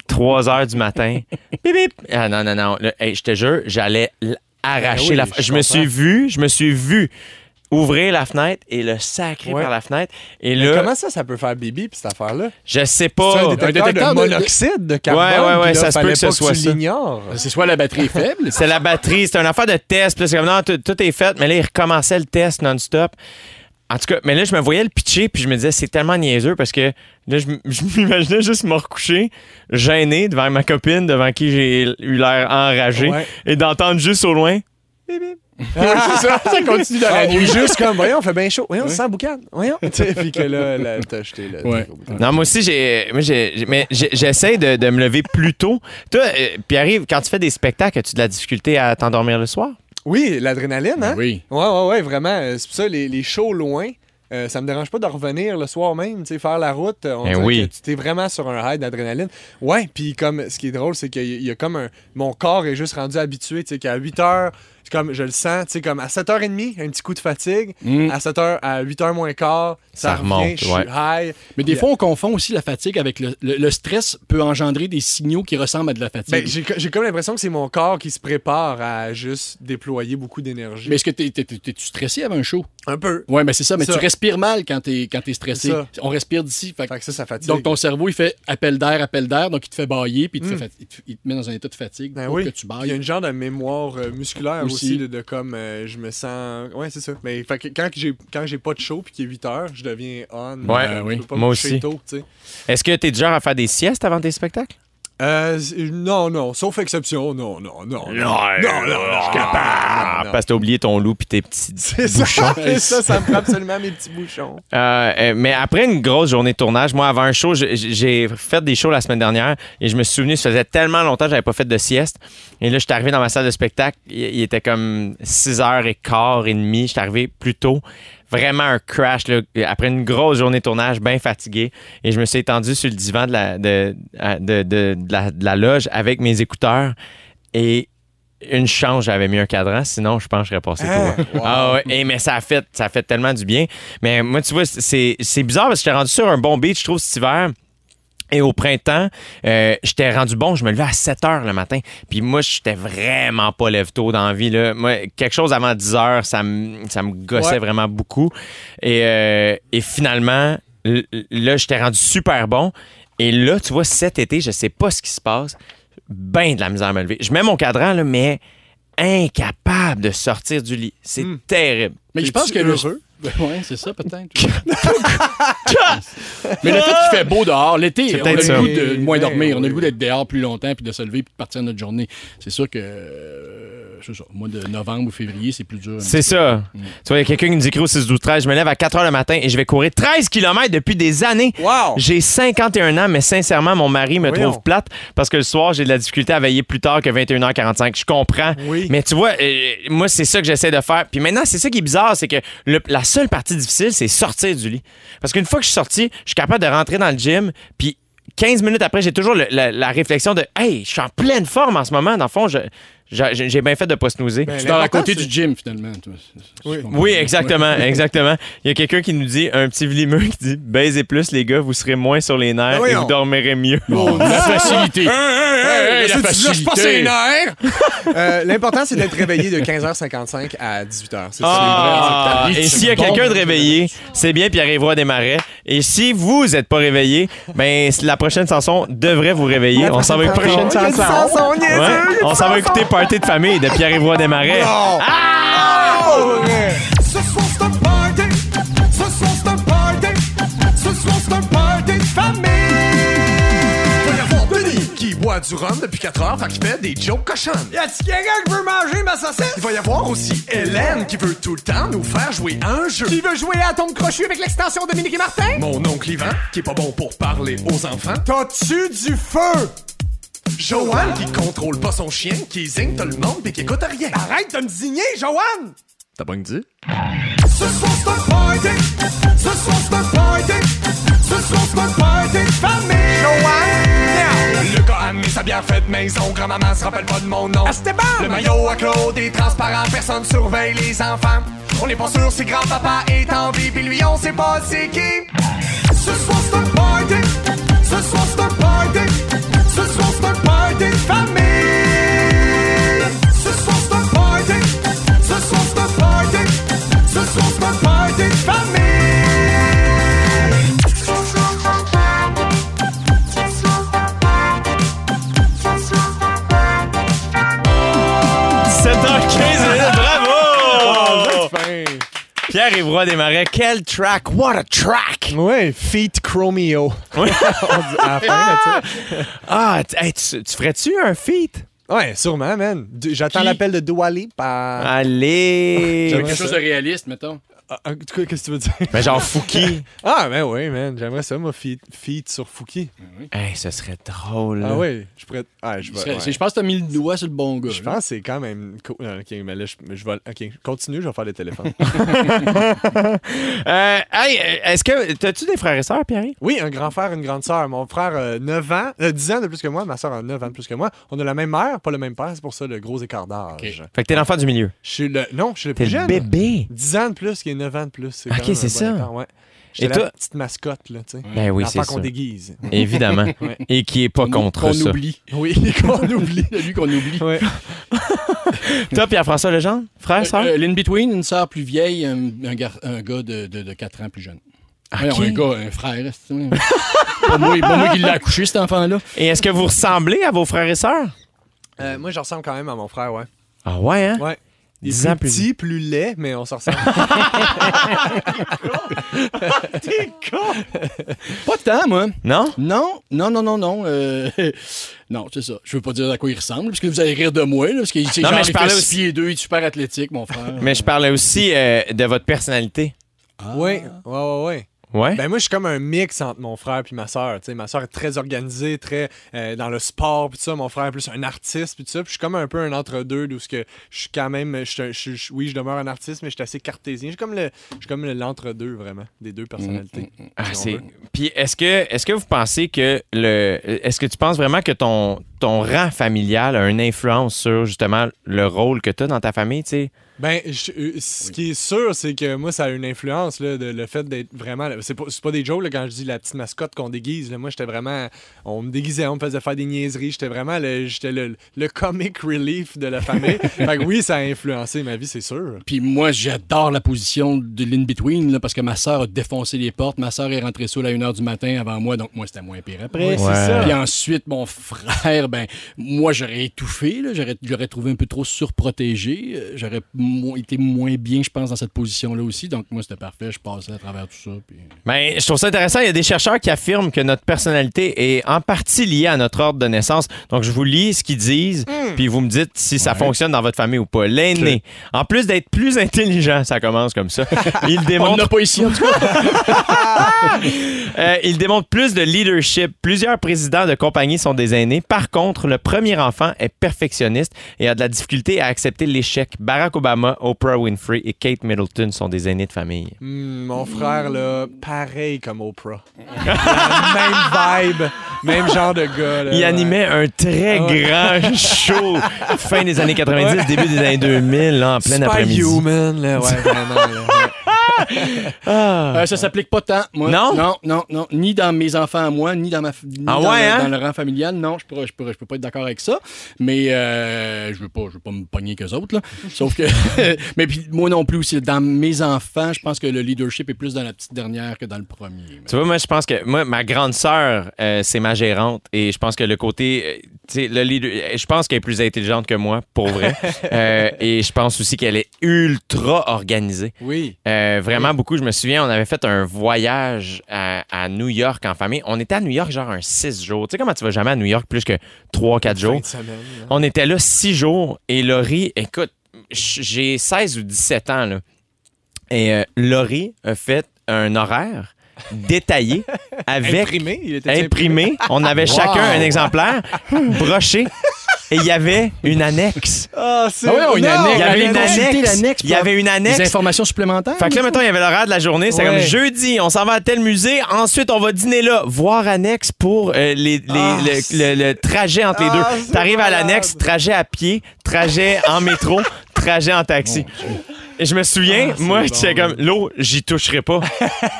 Speaker 2: 3 heures du matin. bip, bip. Ah non, non, non. Là, hey, je te jure, j'allais l- arracher
Speaker 4: Ben oui,
Speaker 2: la
Speaker 4: je
Speaker 2: fenêtre. Je me
Speaker 4: comprends.
Speaker 2: suis vu, je me suis vu ouvrir la fenêtre et le sacrer
Speaker 4: Ouais.
Speaker 2: par la fenêtre. Et
Speaker 4: Mais
Speaker 2: là,
Speaker 4: comment ça, ça peut faire bibi, puis cette affaire-là?
Speaker 2: je sais
Speaker 4: C'est
Speaker 2: pas.
Speaker 4: Euh, Oh. un détecteur,
Speaker 3: détecteur
Speaker 4: de
Speaker 3: de-
Speaker 4: monoxyde de carbone.
Speaker 2: Ouais, ouais, ouais,
Speaker 4: puis là,
Speaker 2: ça se peut
Speaker 4: fallait
Speaker 2: que ce
Speaker 4: pas
Speaker 2: soit
Speaker 4: tu
Speaker 2: ça.
Speaker 4: l'ignores.
Speaker 3: C'est soit la batterie est faible.
Speaker 2: C'est la batterie, c'est une affaire de test. Puis là, c'est comme, non, tout, tout est fait. Mais là, il recommençait le test non-stop. En tout cas, mais là, je me voyais le pitcher, puis je me disais, c'est tellement niaiseux parce que là, je, m- je m'imaginais juste me recoucher, gêné devant ma copine, devant qui j'ai eu l'air enragé,
Speaker 4: Ouais.
Speaker 2: et d'entendre juste au loin.
Speaker 3: c'est ça, ça continue dans la
Speaker 4: Ah,
Speaker 3: nuit.
Speaker 4: ou juste comme, voyons, fait bien chaud. Voyons, ça boucan. Voyons. Tu sais, puis que là, là t'as acheté. Là,
Speaker 3: Ouais.
Speaker 2: Non, moi aussi, j'ai, moi, j'ai- j'ai- mais j'ai- j'essaie de, de me lever plus tôt. Toi, euh, puis arrive, quand tu fais des spectacles, as-tu de la difficulté à t'endormir le soir?
Speaker 4: Oui, l'adrénaline, hein?
Speaker 3: Oui.
Speaker 4: Ouais, ouais, ouais, vraiment. Euh, C'est pour ça, les, les shows loin, euh, ça me dérange pas de revenir le soir même, tu sais, faire la route. euh, On
Speaker 2: Eh
Speaker 4: dirait
Speaker 2: oui.
Speaker 4: que tu t'es vraiment sur un high d'adrénaline. Ouais, puis comme, ce qui est drôle, c'est qu'il y a- il y a comme un... Mon corps est juste rendu habitué, tu sais, qu'à 8 heures, c'est comme, je le sens, tu sais, comme à 7h30, un petit coup de fatigue.
Speaker 3: Mm.
Speaker 4: À 7h, à 8h moins quart, ça,
Speaker 2: Ça remonte,
Speaker 4: revient, je suis
Speaker 2: ouais.
Speaker 4: high.
Speaker 3: Mais des
Speaker 4: Yeah.
Speaker 3: fois, on confond aussi la fatigue avec le, le- le stress peut engendrer des signaux qui ressemblent à de la fatigue.
Speaker 4: Ben, j'ai j'ai comme l'impression que c'est mon corps qui se prépare à juste déployer beaucoup d'énergie.
Speaker 3: mais est-ce que t'es, t'es- t'es- t'es-tu stressé avant un show?
Speaker 4: Un peu.
Speaker 3: Oui, mais c'est ça. Mais
Speaker 4: Ça.
Speaker 3: tu respires mal quand t'es, quand t'es stressé.
Speaker 4: C'est ça.
Speaker 3: On respire d'ici. fait que-
Speaker 4: Fait que ça, ça fatigue. Hmm.
Speaker 3: donc, ton cerveau, il fait appel d'air, appel d'air. Donc, il te fait bailler, puis il te, fait fat- il te- il te met dans un état de fatigue
Speaker 4: Ben
Speaker 3: pour
Speaker 4: oui.
Speaker 3: que tu
Speaker 4: Puis Il y a
Speaker 3: bailles.
Speaker 4: une genre de mémoire euh, musculaire aussi,
Speaker 3: Aussi.
Speaker 4: de, de comme euh, je me sens. Ouais, c'est ça. Mais fait que quand j'ai quand j'ai pas de show puis qu'il est 8 heures, je deviens on. euh,
Speaker 2: Ouais,
Speaker 4: Je
Speaker 3: oui.
Speaker 4: peux pas
Speaker 2: Moi
Speaker 4: me coucher
Speaker 2: aussi.
Speaker 4: tôt, tu sais.
Speaker 2: Est-ce que t'es du genre à faire des siestes avant tes spectacles?
Speaker 4: Euh, c'est- non, non, sauf exception, non, non, non.
Speaker 2: non, je suis capable. Ah, Parce que t'as oublié ton loup puis tes petits
Speaker 4: C'est ça, Ah, c'est ça, ça me prend absolument mes petits bouchons.
Speaker 2: Euh, euh, mais après une grosse journée de tournage, moi, avant un show, je- j'ai fait des shows la semaine dernière et je me suis souvenu, ça faisait tellement longtemps que j'avais pas fait de sieste. Et là, j'étais arrivé dans ma salle de spectacle, il, il était comme 6h15 et demie, j'étais arrivé plus tôt. Vraiment un crash, là, après une grosse journée de tournage, bien fatigué. Et je me suis étendu sur le divan de la, de, à- de- de- de la, de la loge avec mes écouteurs et une chance, j'avais mis un cadran, sinon je pense que je serais passé pour eux. Ah ouais, et mais ça a fait, ça a fait tellement du bien. Mais moi, tu vois, c'est c'est bizarre parce que j'étais rendu sur un bon beat, je trouve, cet hiver. Et au printemps, euh, j'étais rendu bon, je me levais à 7 h le matin. Puis moi, j'étais vraiment pas lève-tôt dans la vie. Là. Moi, quelque chose avant 10 h ça me ça me gossait
Speaker 4: Ouais.
Speaker 2: vraiment beaucoup. Et, euh, et finalement, l- là, j'étais rendu super bon. Et là, tu vois, cet été, je sais pas ce qui se passe. Ben de la misère à me lever. Je mets mon cadran, là, mais incapable de sortir du lit. C'est terrible.
Speaker 3: Mais je pense que
Speaker 4: Es-tu
Speaker 3: le.
Speaker 4: heureux?
Speaker 3: Ouais, c'est ça, peut-être. Mais le fait qu'il fait beau dehors, l'été, on a
Speaker 2: peut-être
Speaker 3: le
Speaker 2: ça.
Speaker 3: goût de moins
Speaker 4: Ouais,
Speaker 3: dormir, on a
Speaker 4: ouais.
Speaker 3: le goût d'être dehors plus longtemps puis de se lever puis de partir notre journée. C'est sûr que. euh, c'est ça. Au mois de novembre ou février, c'est plus dur. un
Speaker 2: C'est ça. Tu vois, il y a quelqu'un qui me dit Gros, 6 12 13 je me lève à 4 h le matin et je vais courir 13 km depuis des années.
Speaker 4: Wow!
Speaker 2: J'ai 51 ans, mais sincèrement, mon mari me
Speaker 4: Voyons.
Speaker 2: trouve plate parce que le soir, j'ai de la difficulté à veiller plus tard que 21h45. Je comprends.
Speaker 4: Oui.
Speaker 2: Mais tu vois, euh, moi, c'est ça que j'essaie de faire. Puis maintenant, c'est ça qui est bizarre, c'est que le- la seule partie difficile, c'est sortir du lit. Parce qu'une fois que je suis sorti, je suis capable de rentrer dans le gym, puis 15 minutes après, j'ai toujours le- la, la réflexion de Hey, je suis en pleine forme en ce moment. Dans le fond, je- je- j'ai bien fait de pas snoozer.
Speaker 4: Ben,
Speaker 3: Tu dors à
Speaker 4: l'important,
Speaker 3: côté
Speaker 4: c'est-
Speaker 3: du gym, finalement. toi. C'est- c'est-
Speaker 4: Oui.
Speaker 3: je comprends.
Speaker 2: Oui, exactement, exactement. Il y a quelqu'un qui nous dit, un petit vlimeux qui dit Baisez plus, les gars, vous serez moins sur les nerfs
Speaker 4: Ben
Speaker 2: et
Speaker 4: voyons.
Speaker 2: vous dormirez mieux.
Speaker 3: Bon, Oh, la facilité.
Speaker 4: Hey,
Speaker 3: la
Speaker 4: qu'est-ce que tu dis là? Je passe
Speaker 3: facilité.
Speaker 4: les nerfs! Euh, L'important, c'est d'être réveillé de 15h55 à 18h. C'est
Speaker 2: Ah,
Speaker 3: c'est vrai, c'est
Speaker 2: et
Speaker 3: vrai.
Speaker 2: s'il y a
Speaker 3: Bon.
Speaker 2: quelqu'un de réveillé, c'est bien Pierre-Évoix Desmarais. Et si vous n'êtes pas réveillé, ben, la prochaine chanson devrait vous réveiller. On s'en va écouter.
Speaker 4: prochaine
Speaker 2: Ouais.
Speaker 4: chanson.
Speaker 2: On s'en va écouter Party de famille de Pierre-Évoix Desmarais.
Speaker 3: Ah.
Speaker 2: Ah!
Speaker 1: Ce soir c'est un party, ce soir c'est un party, ce soir c'est un party de famille.
Speaker 7: Il va y avoir Denis qui boit du rhum depuis 4 heures, fait qu'il fait des jokes cochonnes.
Speaker 1: Y a-t-il quelqu'un qui veut manger ma saucisse?
Speaker 7: Il va y avoir aussi Hélène qui veut tout le temps nous faire jouer à un jeu.
Speaker 1: Qui veut jouer à tombe crochu avec l'extension de Dominique et Martin?
Speaker 7: Mon oncle Yvan, qui est pas bon pour parler aux enfants.
Speaker 1: T'as-tu du feu?
Speaker 7: Joanne, qui contrôle pas son chien, qui zigne tout le monde pis qui écoute rien.
Speaker 1: Arrête de me zigner, Joanne!
Speaker 7: T'as pas dit?
Speaker 1: Ce soir c'est un party, ce soir c'est un party, ce soir c'est un party de famille. Joanne,
Speaker 7: Lucas a amené sa bière faite maison, grand-maman se rappelle pas de mon nom.
Speaker 1: Esteban!
Speaker 7: Le maillot à Claude est transparent, personne surveille les enfants. On n'est pas sûr si grand-papa est en vie, pis lui on sait pas c'est qui.
Speaker 1: Ce soir c'est un party, ce soir c'est un party, ce soir c'est un party de famille. Ce soir c'est un party, ce soir c'est un party, ce soir c'est un party de famille.
Speaker 2: 7h15, minutes, hein? bravo!
Speaker 4: c'est Ah, fin.
Speaker 2: Pierre-Évoix Desmarais, quel track! What a track!
Speaker 4: Ouais, Feet Chromeo.
Speaker 2: Ouais.
Speaker 4: On dit à la fin, là, tu sais.
Speaker 2: Ah, t- hey, tu, tu ferais-tu un feat?
Speaker 4: Ouais, sûrement, man. Du- J'attends
Speaker 3: Qui?
Speaker 4: l'appel de Douali par.
Speaker 2: Allez!
Speaker 3: Quelque chose de réaliste, mettons.
Speaker 4: Ah, En tout cas, qu'est-ce que tu veux dire?
Speaker 2: Mais Ben, genre Fouki.
Speaker 4: Ah, ben oui, man. J'aimerais ça, moi, feat, feat sur Fouki.
Speaker 2: hey, ce serait drôle.
Speaker 4: Ah, ouais, je pourrais. Ah, je
Speaker 3: Je
Speaker 4: vais-
Speaker 3: serais-
Speaker 4: ouais.
Speaker 3: c'est- Je pense que t'as mis le doigt sur le bon gars.
Speaker 4: Je
Speaker 3: là.
Speaker 4: pense que c'est quand même. cool. Non, Ok, mais là, je, je vais. Ok, continue, je vais faire le téléphone.
Speaker 2: Euh, hey, euh, est-ce que t'as-tu des frères et sœurs, Pierre?
Speaker 4: oui, un grand frère, une grande sœur. Mon frère, euh, 9 ans, euh, 10 ans de plus que moi, ma sœur a 9 ans de plus que moi. On a la même mère, pas le même père, c'est pour ça le gros écart d'âge.
Speaker 2: Fait que t'es l'enfant du milieu.
Speaker 4: Je suis le. Non, je suis le plus jeune.
Speaker 2: bébé.
Speaker 4: 10 ans de plus qui est 9 ans de plus. c'est
Speaker 2: Ok,
Speaker 4: quand même un
Speaker 2: c'est
Speaker 4: bon
Speaker 2: ça.
Speaker 4: écart, ouais. J'étais
Speaker 2: Et toi-
Speaker 4: la petite mascotte, là, tu sais.
Speaker 2: Ben oui,
Speaker 4: L'enfant
Speaker 2: c'est
Speaker 4: qu'on
Speaker 2: sûr.
Speaker 4: déguise.
Speaker 2: Évidemment. Et qui est pas
Speaker 3: Qu'on-
Speaker 2: contre
Speaker 3: qu'on
Speaker 2: ça.
Speaker 3: oublie.
Speaker 4: Oui.
Speaker 3: qu'on oublie. Lui qu'on oublie.
Speaker 4: Ouais.
Speaker 2: Toi, Pierre-François Legendre, frère, sœur?
Speaker 3: Euh, euh, L'in-between, une sœur plus vieille, un, un gar- un gars de, de, 4 ans plus jeune.
Speaker 2: Ah,
Speaker 3: Voyons, un gars, un frère. c'est- ouais. pas, moi, pas moi qui l'ai accouché, cet enfant-là.
Speaker 2: Et est-ce que vous ressemblez à vos frères et sœurs?
Speaker 4: Euh, moi, je ressemble quand même à mon frère, ouais.
Speaker 2: Ah ouais, hein?
Speaker 4: Ouais. Il est
Speaker 2: 10 ans
Speaker 4: plus
Speaker 2: plus
Speaker 4: petit, plus laid, mais on s'en ressemble.
Speaker 3: Pas tant, moi.
Speaker 2: Non?
Speaker 3: Non, non, non, non, non. euh, non, c'est ça. Je veux pas dire à quoi il ressemble, parce que vous allez rire de moi, là, parce qu'il c'est
Speaker 2: Non,
Speaker 3: genre,
Speaker 2: mais
Speaker 3: il
Speaker 2: je
Speaker 3: fait
Speaker 2: parlais
Speaker 3: six
Speaker 2: aussi-
Speaker 3: pieds deux, il est super athlétique, mon frère.
Speaker 2: Mais je parlais aussi euh, de votre personnalité.
Speaker 4: Oui, ouais, ouais, ouais.
Speaker 2: Ouais?
Speaker 4: Ben moi, je suis comme un mix entre mon frère puis ma sœur. Tu sais, ma sœur est très organisée, très euh, dans le sport puis tout ça. Mon frère est plus un artiste puis tout ça. Puis je suis comme un peu un entre deux, d'où ce que je suis quand même. je suis un- je suis- oui, je demeure un artiste, mais je suis assez cartésien. Je suis comme le, je suis comme l'entre deux vraiment des deux personnalités.
Speaker 2: Ah,
Speaker 4: si on
Speaker 2: c'est-
Speaker 4: veut.
Speaker 2: Puis est-ce que est-ce que vous pensez que le est-ce que tu penses vraiment que ton ton rang familial a une influence sur justement le rôle que tu as dans ta famille, tu sais
Speaker 4: Ben, je- euh, ce qui est sûr, c'est que moi, ça a une influence, là, de, le fait d'être vraiment. là, C'est pas, c'est pas des jokes, là, quand je dis la petite mascotte qu'on déguise. Là, moi, j'étais vraiment. On me déguisait, on me faisait faire des niaiseries. J'étais vraiment le, j'étais le, le comic relief de la famille. fait que oui, ça a influencé ma vie, c'est sûr.
Speaker 3: Puis moi, j'adore la position de l'in-between, là, parce que ma sœur a défoncé les portes. Ma sœur est rentrée saoule à 1h du matin avant moi, donc moi, c'était moins pire après.
Speaker 4: c'est ça.
Speaker 3: Puis ensuite, mon frère, ben, moi, j'aurais étouffé, là. J'aurais, j'aurais trouvé un peu trop surprotégé. Euh, J'aurais mo- été moins bien, je pense, dans cette position-là aussi. Donc moi, c'était parfait. Je passais à travers tout ça. puis-
Speaker 2: Ben, je trouve ça intéressant. Il y a des chercheurs qui affirment que notre personnalité est en partie liée à notre ordre de naissance. Donc, je vous lis ce qu'ils disent,
Speaker 4: Hmm.
Speaker 2: puis vous me dites si ça fonctionne dans votre famille ou pas. L'aîné, en plus d'être plus intelligent, ça commence comme ça, il
Speaker 3: On
Speaker 2: démontre
Speaker 3: n'a pas ici, en tout cas.
Speaker 2: Euh, il démontre plus de leadership. Plusieurs présidents de compagnies sont des aînés. Par contre, le premier enfant est perfectionniste et a de la difficulté à accepter l'échec. Barack Obama, Oprah Winfrey et Kate Middleton sont des aînés de famille.
Speaker 4: Hmm, mon frère, là, pareil comme Oprah. La même vibe, même genre de gars. là,
Speaker 2: Il
Speaker 4: Euh, ouais. Ah
Speaker 2: animait un très
Speaker 4: Ouais.
Speaker 2: grand show fin des années 90, début des années 2000, là, en plein après-midi.
Speaker 4: Superhuman, là, ouais, vraiment. là, ouais.
Speaker 3: Euh, ça s'applique pas tant, moi.
Speaker 2: Non?
Speaker 3: Non, non, non. Ni dans mes enfants à moi, ni dans ma f- ni
Speaker 2: Ah
Speaker 3: dans,
Speaker 2: ouais,
Speaker 3: le,
Speaker 2: hein?
Speaker 3: dans le rang familial. Non, je pourrais, je pourrais, je peux pas être d'accord avec ça. Mais euh, je veux pas, je veux pas me pogner qu'eux autres, là. Sauf que. mais puis moi non plus aussi. Dans mes enfants, je pense que le leadership est plus dans la petite dernière que dans le premier.
Speaker 2: Tu vois, moi, je pense que moi, ma grande sœur, euh, c'est ma gérante. Et je pense que le côté. euh, tu sais, le leader- euh, je pense qu'elle est plus intelligente que moi, pour vrai. Euh, et je pense aussi qu'elle est ultra organisée.
Speaker 4: Oui.
Speaker 2: Euh, vraiment beaucoup. Je me souviens, on avait fait un voyage à, à New York en famille. On était à New York genre un six jours. Tu sais comment tu vas jamais à New York plus que trois, quatre jours?
Speaker 4: Fin de semaine, là.
Speaker 2: On était là six jours et Laurie, écoute, j- j'ai 16 ou 17 ans, là. Et euh, Laurie a fait un horaire détaillé avec
Speaker 4: Imprimé, il était
Speaker 2: imprimé. On avait chacun un exemplaire broché et il y avait une annexe.
Speaker 4: Ah, c'est
Speaker 3: Ah ouais, on a une
Speaker 4: Non!
Speaker 3: annexe.
Speaker 2: Il y avait Oh. une
Speaker 3: Consulter
Speaker 2: annexe.
Speaker 3: l'annexe
Speaker 2: Il y avait une
Speaker 3: Des
Speaker 2: annexe.
Speaker 3: informations supplémentaires?
Speaker 2: Fait que là, mettons, il y avait l'horaire de la journée. C'est
Speaker 4: Ouais.
Speaker 2: comme jeudi, on s'en va à tel musée. Ensuite, on va dîner là. Voir annexe pour euh, les, les- le- le, le trajet entre les
Speaker 4: Ah,
Speaker 2: deux.
Speaker 4: c'est
Speaker 2: T'arrives à
Speaker 4: malade.
Speaker 2: l'annexe, trajet à pied, trajet en métro, trajet en taxi. Et je me souviens, moi, j'étais comme, l'eau, j'y toucherai pas.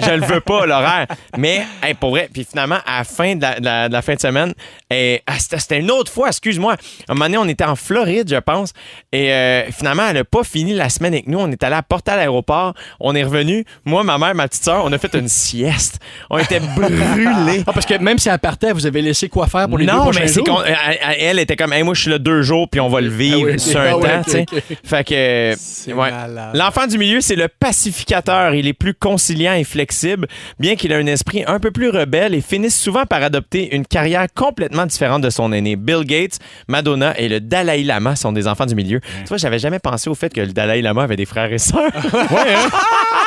Speaker 2: je le veux pas, l'horaire. Mais, hey, pour vrai, puis finalement, à la fin de la, de la- de la fin de semaine, et, ah, c'était c'était une autre fois, excuse-moi. À un moment donné, on était en Floride, je pense. Et euh, finalement, elle a pas fini la semaine avec nous. On est allé à Portal à l'aéroport. On est revenu. Moi, ma mère, ma petite soeur, on a fait une sieste. On était brûlés.
Speaker 3: Ah, parce que même si elle partait, vous avez laissé quoi faire pour les deux
Speaker 2: Non,
Speaker 3: prochains
Speaker 2: mais c'est
Speaker 3: jours?
Speaker 2: qu'on- elle, elle était comme, Hey, moi, je suis là deux jours, puis on va le vivre
Speaker 3: Ah oui, ok.
Speaker 2: sur
Speaker 3: Ah
Speaker 2: un
Speaker 3: ouais,
Speaker 2: temps,
Speaker 3: ok,
Speaker 2: tu sais. Fait que,
Speaker 4: C'est
Speaker 2: ouais.
Speaker 4: malade.
Speaker 2: L'enfant du milieu, c'est le pacificateur. Il est plus conciliant et flexible, bien qu'il a un esprit un peu plus rebelle et finisse souvent par adopter une carrière complètement différente de son aîné. Bill Gates, Madonna et le Dalai Lama sont des enfants du milieu. Tu vois, j'avais jamais pensé au fait que le Dalai Lama avait des frères et sœurs.
Speaker 3: Ouais, hein?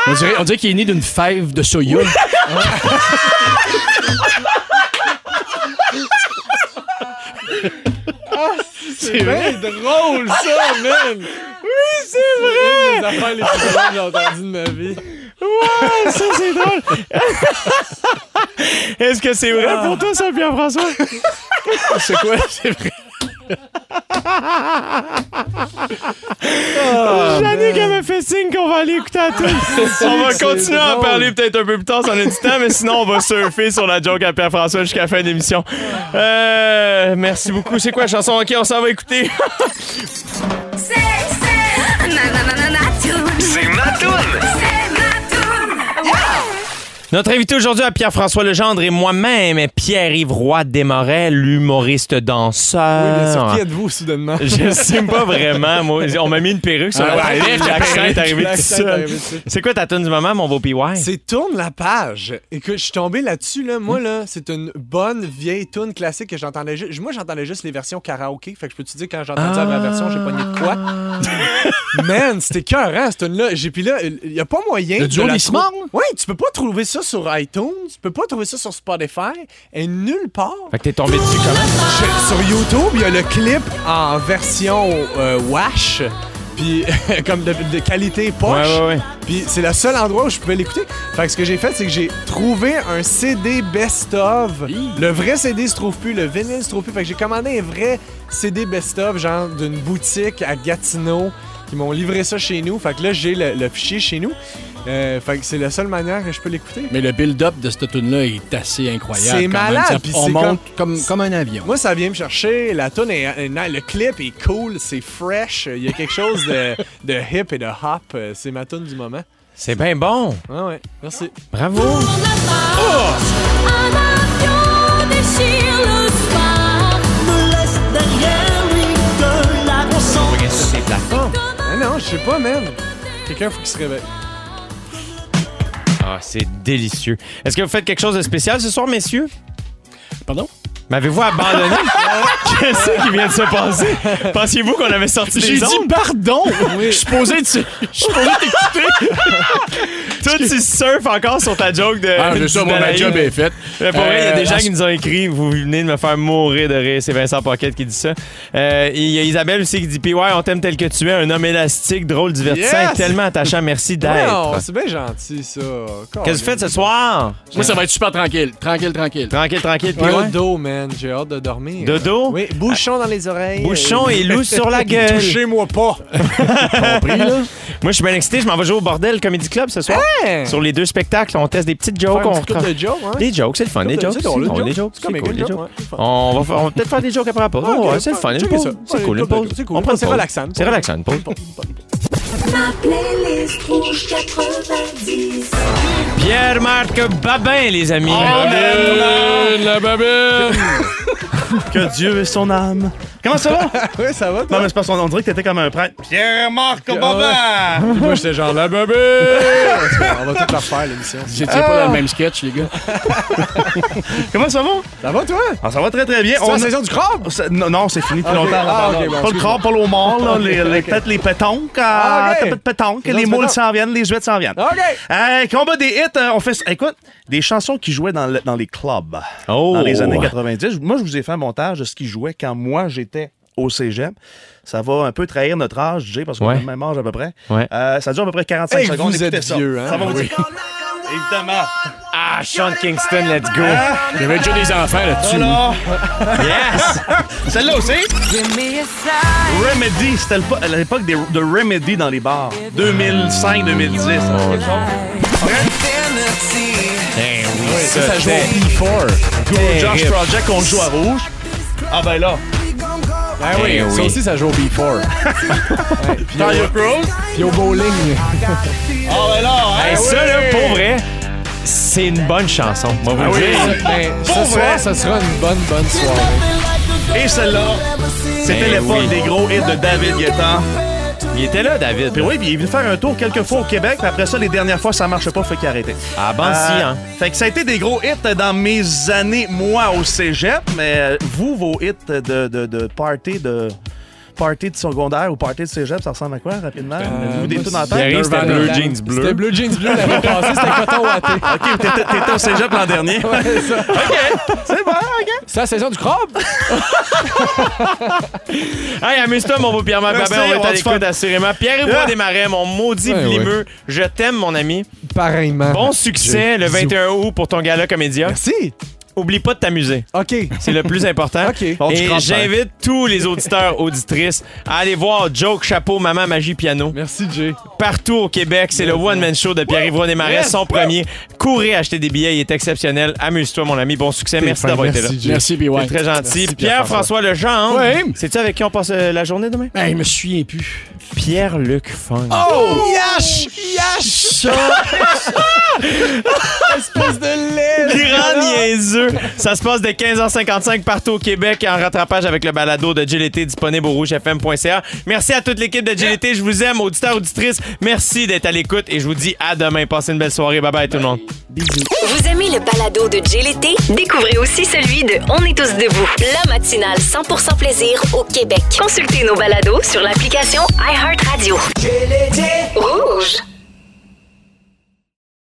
Speaker 3: On dirait, on dirait qu'il est né d'une fève de soya.
Speaker 4: C'est bien drôle, ça, man! Oui, c'est vrai! C'est une des affaires les plus drôles que j'ai entendues de ma vie.
Speaker 2: ça, c'est drôle. Est-ce que c'est
Speaker 3: Ah.
Speaker 2: vrai pour toi, ça, Pierre-François?
Speaker 3: c'est quoi? C'est vrai.
Speaker 2: Yannick, elle m'a fait signe qu'on va aller écouter à tous. on va
Speaker 4: c'est
Speaker 2: continuer à en
Speaker 4: drôle.
Speaker 2: parler peut-être un peu plus tard si on a du temps, mais sinon, on va surfer sur la joke à Pierre-François jusqu'à la fin d'émission. Euh, merci beaucoup. C'est quoi la chanson? OK, on s'en va écouter.
Speaker 6: C'est, c'est ma, ma, ma, ma, ma toune.
Speaker 7: C'est ma toune!
Speaker 6: C'est ma toune.
Speaker 2: Notre invité aujourd'hui à Pierre-François Legendre et moi-même, Pierre-Yves Roy Desmarais, l'humoriste danseur.
Speaker 4: bien
Speaker 3: Ah.
Speaker 4: sûr, qui êtes-vous soudainement?
Speaker 2: Je sais pas vraiment. Moi, on m'a mis une perruque sur la
Speaker 4: Ah ouais,
Speaker 2: tête,
Speaker 4: la
Speaker 2: l'accent est
Speaker 4: perruque,
Speaker 2: arrivé tout
Speaker 4: l'accent est
Speaker 2: seul.
Speaker 4: arrivé tout seul.
Speaker 2: C'est quoi ta tune du moment, mon beau PY?
Speaker 4: C'est Tourne la page. Écoute, je suis tombé là-dessus, là.
Speaker 3: Hmm.
Speaker 4: Moi, là, c'est une bonne vieille tune classique que j'entendais juste. Moi, j'entendais juste les versions karaoké. Fait que je peux te dire, quand j'ai entendu la vraie version, j'ai pogné de quoi.
Speaker 3: Ah.
Speaker 4: Man, c'était cœurant, cette tune-là. J'ai puis là, il y a pas moyen.
Speaker 3: Le
Speaker 4: de
Speaker 3: duo
Speaker 4: la
Speaker 3: des
Speaker 4: trou-
Speaker 3: Smarts?
Speaker 4: Ouais, tu peux pas trouver ça sur iTunes. Tu peux pas trouver ça sur Spotify. Et nulle part.
Speaker 2: Fait que t'es tombé dessus comment?
Speaker 4: Je- sur YouTube, il y a le clip en version euh, wash. Puis, comme de, de qualité poche.
Speaker 2: Ouais, ouais, ouais.
Speaker 4: Puis c'est le seul endroit où je pouvais l'écouter. Fait que ce que j'ai fait, c'est que j'ai trouvé un CD best-of. Le vrai CD se trouve plus, le vinyle se trouve plus. Fait que j'ai commandé un vrai CD best-of, genre d'une boutique à Gatineau. Ils m'ont livré ça chez nous. Fait que là, j'ai le, le fichier chez nous. Euh, fait que c'est la seule manière que je peux l'écouter.
Speaker 3: Mais le build-up de cette tune-là est assez incroyable.
Speaker 4: C'est
Speaker 3: quand
Speaker 4: malade,
Speaker 3: même. Ça-
Speaker 4: puis
Speaker 3: on
Speaker 4: c'est
Speaker 3: monte comme... Comme, un avion.
Speaker 4: Moi, ça vient me chercher. La tune est, est- le clip est cool, c'est fresh. Il y a quelque chose de, de hip et de hop. Euh, C'est ma tune du moment.
Speaker 2: C'est bien bon.
Speaker 4: Ouais, ouais. Merci.
Speaker 2: Bravo.
Speaker 6: Un avion déchire le soir.
Speaker 8: me laisse derrière lui de la conscience.
Speaker 4: Ah non, je sais pas, man. Quelqu'un faut qu'il se réveille.
Speaker 2: Ah, c'est délicieux. Est-ce que vous faites quelque chose de spécial ce soir, messieurs?
Speaker 3: Pardon?
Speaker 2: M'avez-vous abandonné? Qu'est-ce qui vient de se passer? Pensiez-vous qu'on avait sorti
Speaker 3: J'ai
Speaker 2: des
Speaker 3: dit
Speaker 2: ondes?
Speaker 3: pardon! Je suis posé dessus. Je suis posé t'écouter.
Speaker 2: Toi, tu surfes encore sur ta joke de.
Speaker 3: Ah, c'est ça,
Speaker 2: du
Speaker 3: moi, ma
Speaker 2: Danaï.
Speaker 3: job est faite.
Speaker 2: Mais pour vrai, il y a
Speaker 3: Euh,
Speaker 2: des gens
Speaker 3: en-
Speaker 2: qui nous ont écrit Vous venez de me faire mourir de rire. C'est Vincent Paquette qui dit ça. Euh, et Il y a Isabelle aussi qui dit PY, on t'aime tel que tu es, un homme élastique, drôle, divertissant,
Speaker 4: Yes!
Speaker 2: et tellement attachant. Merci
Speaker 4: Non,
Speaker 2: d'être.
Speaker 4: c'est bien gentil, ça.
Speaker 2: Qu'est-ce que vous faites ce soir
Speaker 3: Moi, ça va être super tranquille. Tranquille, tranquille.
Speaker 2: Tranquille, tranquille.
Speaker 4: J'ai
Speaker 2: PY.
Speaker 4: hâte d'eau, man. J'ai hâte de dormir.
Speaker 2: Dodo?
Speaker 4: Oui, bouchon dans les oreilles.
Speaker 2: Bouchon
Speaker 4: Euh,
Speaker 2: et loup sur la gueule.
Speaker 4: Touchez-moi pas.
Speaker 3: Compris, là?
Speaker 2: Moi, je suis bien excité. Je m'en vais jouer au bordel Comedy Club ce soir.
Speaker 4: Hein?
Speaker 2: Sur les deux spectacles, on teste des petites jokes. On
Speaker 4: on coupe
Speaker 2: retra-
Speaker 4: de Joe, hein?
Speaker 2: Des jokes, c'est le fun. Des jokes.
Speaker 4: C'est drôle,
Speaker 2: on-
Speaker 4: le
Speaker 2: Des
Speaker 4: Joe.
Speaker 2: jokes.
Speaker 4: C'est
Speaker 2: C'est
Speaker 4: comme
Speaker 2: cool,
Speaker 4: un
Speaker 2: des
Speaker 4: gars,
Speaker 2: jokes.
Speaker 4: ouais, c'est fun.
Speaker 2: On va, fa- on va peut-être faire des jokes après la pause.
Speaker 4: Ah, ok,
Speaker 2: ouais, c'est le fun. une
Speaker 4: checker
Speaker 2: pause.
Speaker 4: ça.
Speaker 2: C'est
Speaker 4: Ouais,
Speaker 2: cool, une
Speaker 4: une couple de
Speaker 2: pause.
Speaker 4: jokes, c'est cool.
Speaker 2: On prend une
Speaker 4: C'est
Speaker 2: pause.
Speaker 4: relaxant, une
Speaker 2: C'est
Speaker 4: pause.
Speaker 2: relaxant, une pause.
Speaker 6: Ma playlist rouge 90.
Speaker 2: Pierre-Marc Babin, les amis.
Speaker 4: Ah
Speaker 3: la babine!
Speaker 9: Que Dieu ait son âme. Comment ça va?
Speaker 4: Ouais, ça va,
Speaker 9: non,
Speaker 4: toi?
Speaker 9: mais c'est parce qu'on dirait que t'étais comme un prêtre. Pierre-Marc
Speaker 4: Ah Bobin! Moi, j'étais genre la bébé! on va tout la refaire, l'émission.
Speaker 3: J'étais pas
Speaker 4: Ah!
Speaker 3: dans le même sketch, les gars.
Speaker 9: Comment ça va?
Speaker 4: Ça va, toi?
Speaker 9: Ah, ça va très très bien.
Speaker 4: C'est
Speaker 9: On
Speaker 4: la
Speaker 9: a-
Speaker 4: saison du crabe?
Speaker 9: Ça- Non, non, c'est fini depuis
Speaker 4: Ok.
Speaker 9: longtemps.
Speaker 4: Ah, ok, bon,
Speaker 9: pas le
Speaker 4: excuse-moi.
Speaker 9: crabe, pas l'eau mort, là, les, les-
Speaker 4: ok.
Speaker 9: peut-être les pétonques,
Speaker 4: Ah, ok.
Speaker 9: euh, peut-être pétonques,
Speaker 4: Les
Speaker 9: les
Speaker 4: autres
Speaker 9: moules
Speaker 4: pétonques.
Speaker 9: s'en viennent, les jouettes s'en viennent.
Speaker 4: OK!
Speaker 9: Euh, combat des hits, euh, on fait. ça- Écoute, des chansons qui jouaient dans, le- dans les clubs
Speaker 2: Oh.
Speaker 9: dans les années 90. Moi, je vous ai fait un montage de ce qui jouait quand moi j'étais au cégep. Ça va un peu trahir notre âge, Jay, parce qu'on
Speaker 2: Ouais.
Speaker 9: a le même âge à peu près.
Speaker 2: Ouais.
Speaker 9: Euh, ça dure à peu près 45
Speaker 4: Hey,
Speaker 9: secondes.
Speaker 4: vous êtes
Speaker 9: Écoutez ça.
Speaker 4: vieux, hein?
Speaker 9: Ça va vous
Speaker 4: Oui.
Speaker 9: dire. Évidemment.
Speaker 2: Ah, Sean Kingston, let's go.
Speaker 3: Il y avait déjà des enfants là-dessus.
Speaker 9: Alors,
Speaker 2: Yes!
Speaker 9: celle-là aussi. Remedy, c'était le po- à l'époque des- de Remedy dans les bars. 2005-2010.
Speaker 2: Eh oui, ça,
Speaker 4: Ça joue au
Speaker 2: c'était
Speaker 4: P4.
Speaker 9: Josh
Speaker 2: terrible.
Speaker 9: Project, on le joue à rouge. Ah ben là,
Speaker 4: Ah
Speaker 2: Eh
Speaker 4: oui, ça
Speaker 2: oui.
Speaker 4: aussi, ça joue au P4.
Speaker 9: Tyler Cruz.
Speaker 4: Puis au bowling.
Speaker 9: Ah ben là, hein?
Speaker 2: Eh, ça, là, pour vrai, c'est une bonne chanson. Moi, vous le dire.
Speaker 4: Ben,
Speaker 9: Pour
Speaker 4: ce
Speaker 9: vrai.
Speaker 4: soir, ça sera une bonne, bonne soirée.
Speaker 9: Et celle-là, c'était
Speaker 2: Eh
Speaker 9: l'époque
Speaker 2: oui.
Speaker 9: des gros hits de David Guetta.
Speaker 2: Il était là, David.
Speaker 9: Puis oui, puis il est venu faire un tour quelques fois au Québec, puis après ça, les dernières fois, ça marchait pas, fait qu'il a arrêté. Euh,
Speaker 2: Ah, ben, si, hein.
Speaker 9: Fait que ça a été des gros hits dans mes années, moi, au cégep, mais euh, vous, vos hits de, de, de party de... Party de secondaire ou party de cégep, ça ressemble à quoi rapidement? Avez-vous des
Speaker 4: moi,
Speaker 9: tout dans la
Speaker 2: Il
Speaker 9: tête?
Speaker 2: arrive, c'était
Speaker 4: Nirvana.
Speaker 2: bleu, jeans
Speaker 4: C'était
Speaker 2: bleu.
Speaker 4: bleu jeans bleu l'année passée, c'était coton watté.
Speaker 9: Ok, t'étais t'étais au cégep l'an dernier. C'est bon, ok.
Speaker 4: C'est la saison du crabe?
Speaker 2: Hey, amuse-toi, mon beau Pierre-Marc
Speaker 9: Merci,
Speaker 2: Babin. On va être
Speaker 9: on
Speaker 2: à
Speaker 9: va se faire-
Speaker 2: l'écoute, assurément. Pierre-Yves
Speaker 9: Ah.
Speaker 2: des Marais, mon maudit
Speaker 4: Ouais,
Speaker 2: vlimeux. Je t'aime, mon ami.
Speaker 4: Pareillement.
Speaker 2: Bon succès le 21 août pour ton gala Comédia.
Speaker 4: Merci.
Speaker 2: Oublie pas de t'amuser.
Speaker 4: OK.
Speaker 2: C'est le plus important.
Speaker 4: OK.
Speaker 5: Bon, tu
Speaker 2: Et
Speaker 5: crampes,
Speaker 2: j'invite tous les auditeurs, auditrices à aller voir Joke, Chapeau, Maman, Magie, Piano.
Speaker 4: Merci, Jay.
Speaker 2: Partout au Québec, c'est le one-man show de Pierre-Yves Roy Desmarais, son premier. Courez acheter des billets, il est exceptionnel. Amuse-toi, mon ami. Bon succès. Merci d'avoir été là.
Speaker 4: Merci, Jay.
Speaker 3: Merci, puis
Speaker 2: C'est très gentil. Pierre-François Legendre.
Speaker 3: Ouais.
Speaker 2: C'est-tu avec qui on passe euh, la journée demain?
Speaker 3: Ben, je me souviens plus.
Speaker 2: Pierre-Luc Fong.
Speaker 3: Oh! Yash! Yash! Ça!
Speaker 2: Grand niaiseux. Ça se passe de 15h55 partout au Québec en rattrapage avec le balado de GLT disponible au rougefm.ca. Merci à toute l'équipe de GLT. Je vous aime, auditeurs, auditrices. Merci d'être à l'écoute et je vous dis à demain. Passez une belle soirée. Bye bye tout le monde.
Speaker 6: Vous aimez le balado de Jay l'été? Découvrez aussi celui de On est tous debout, la matinale 100% plaisir au Québec. Consultez nos balados sur l'application iHeartRadio. Rouge!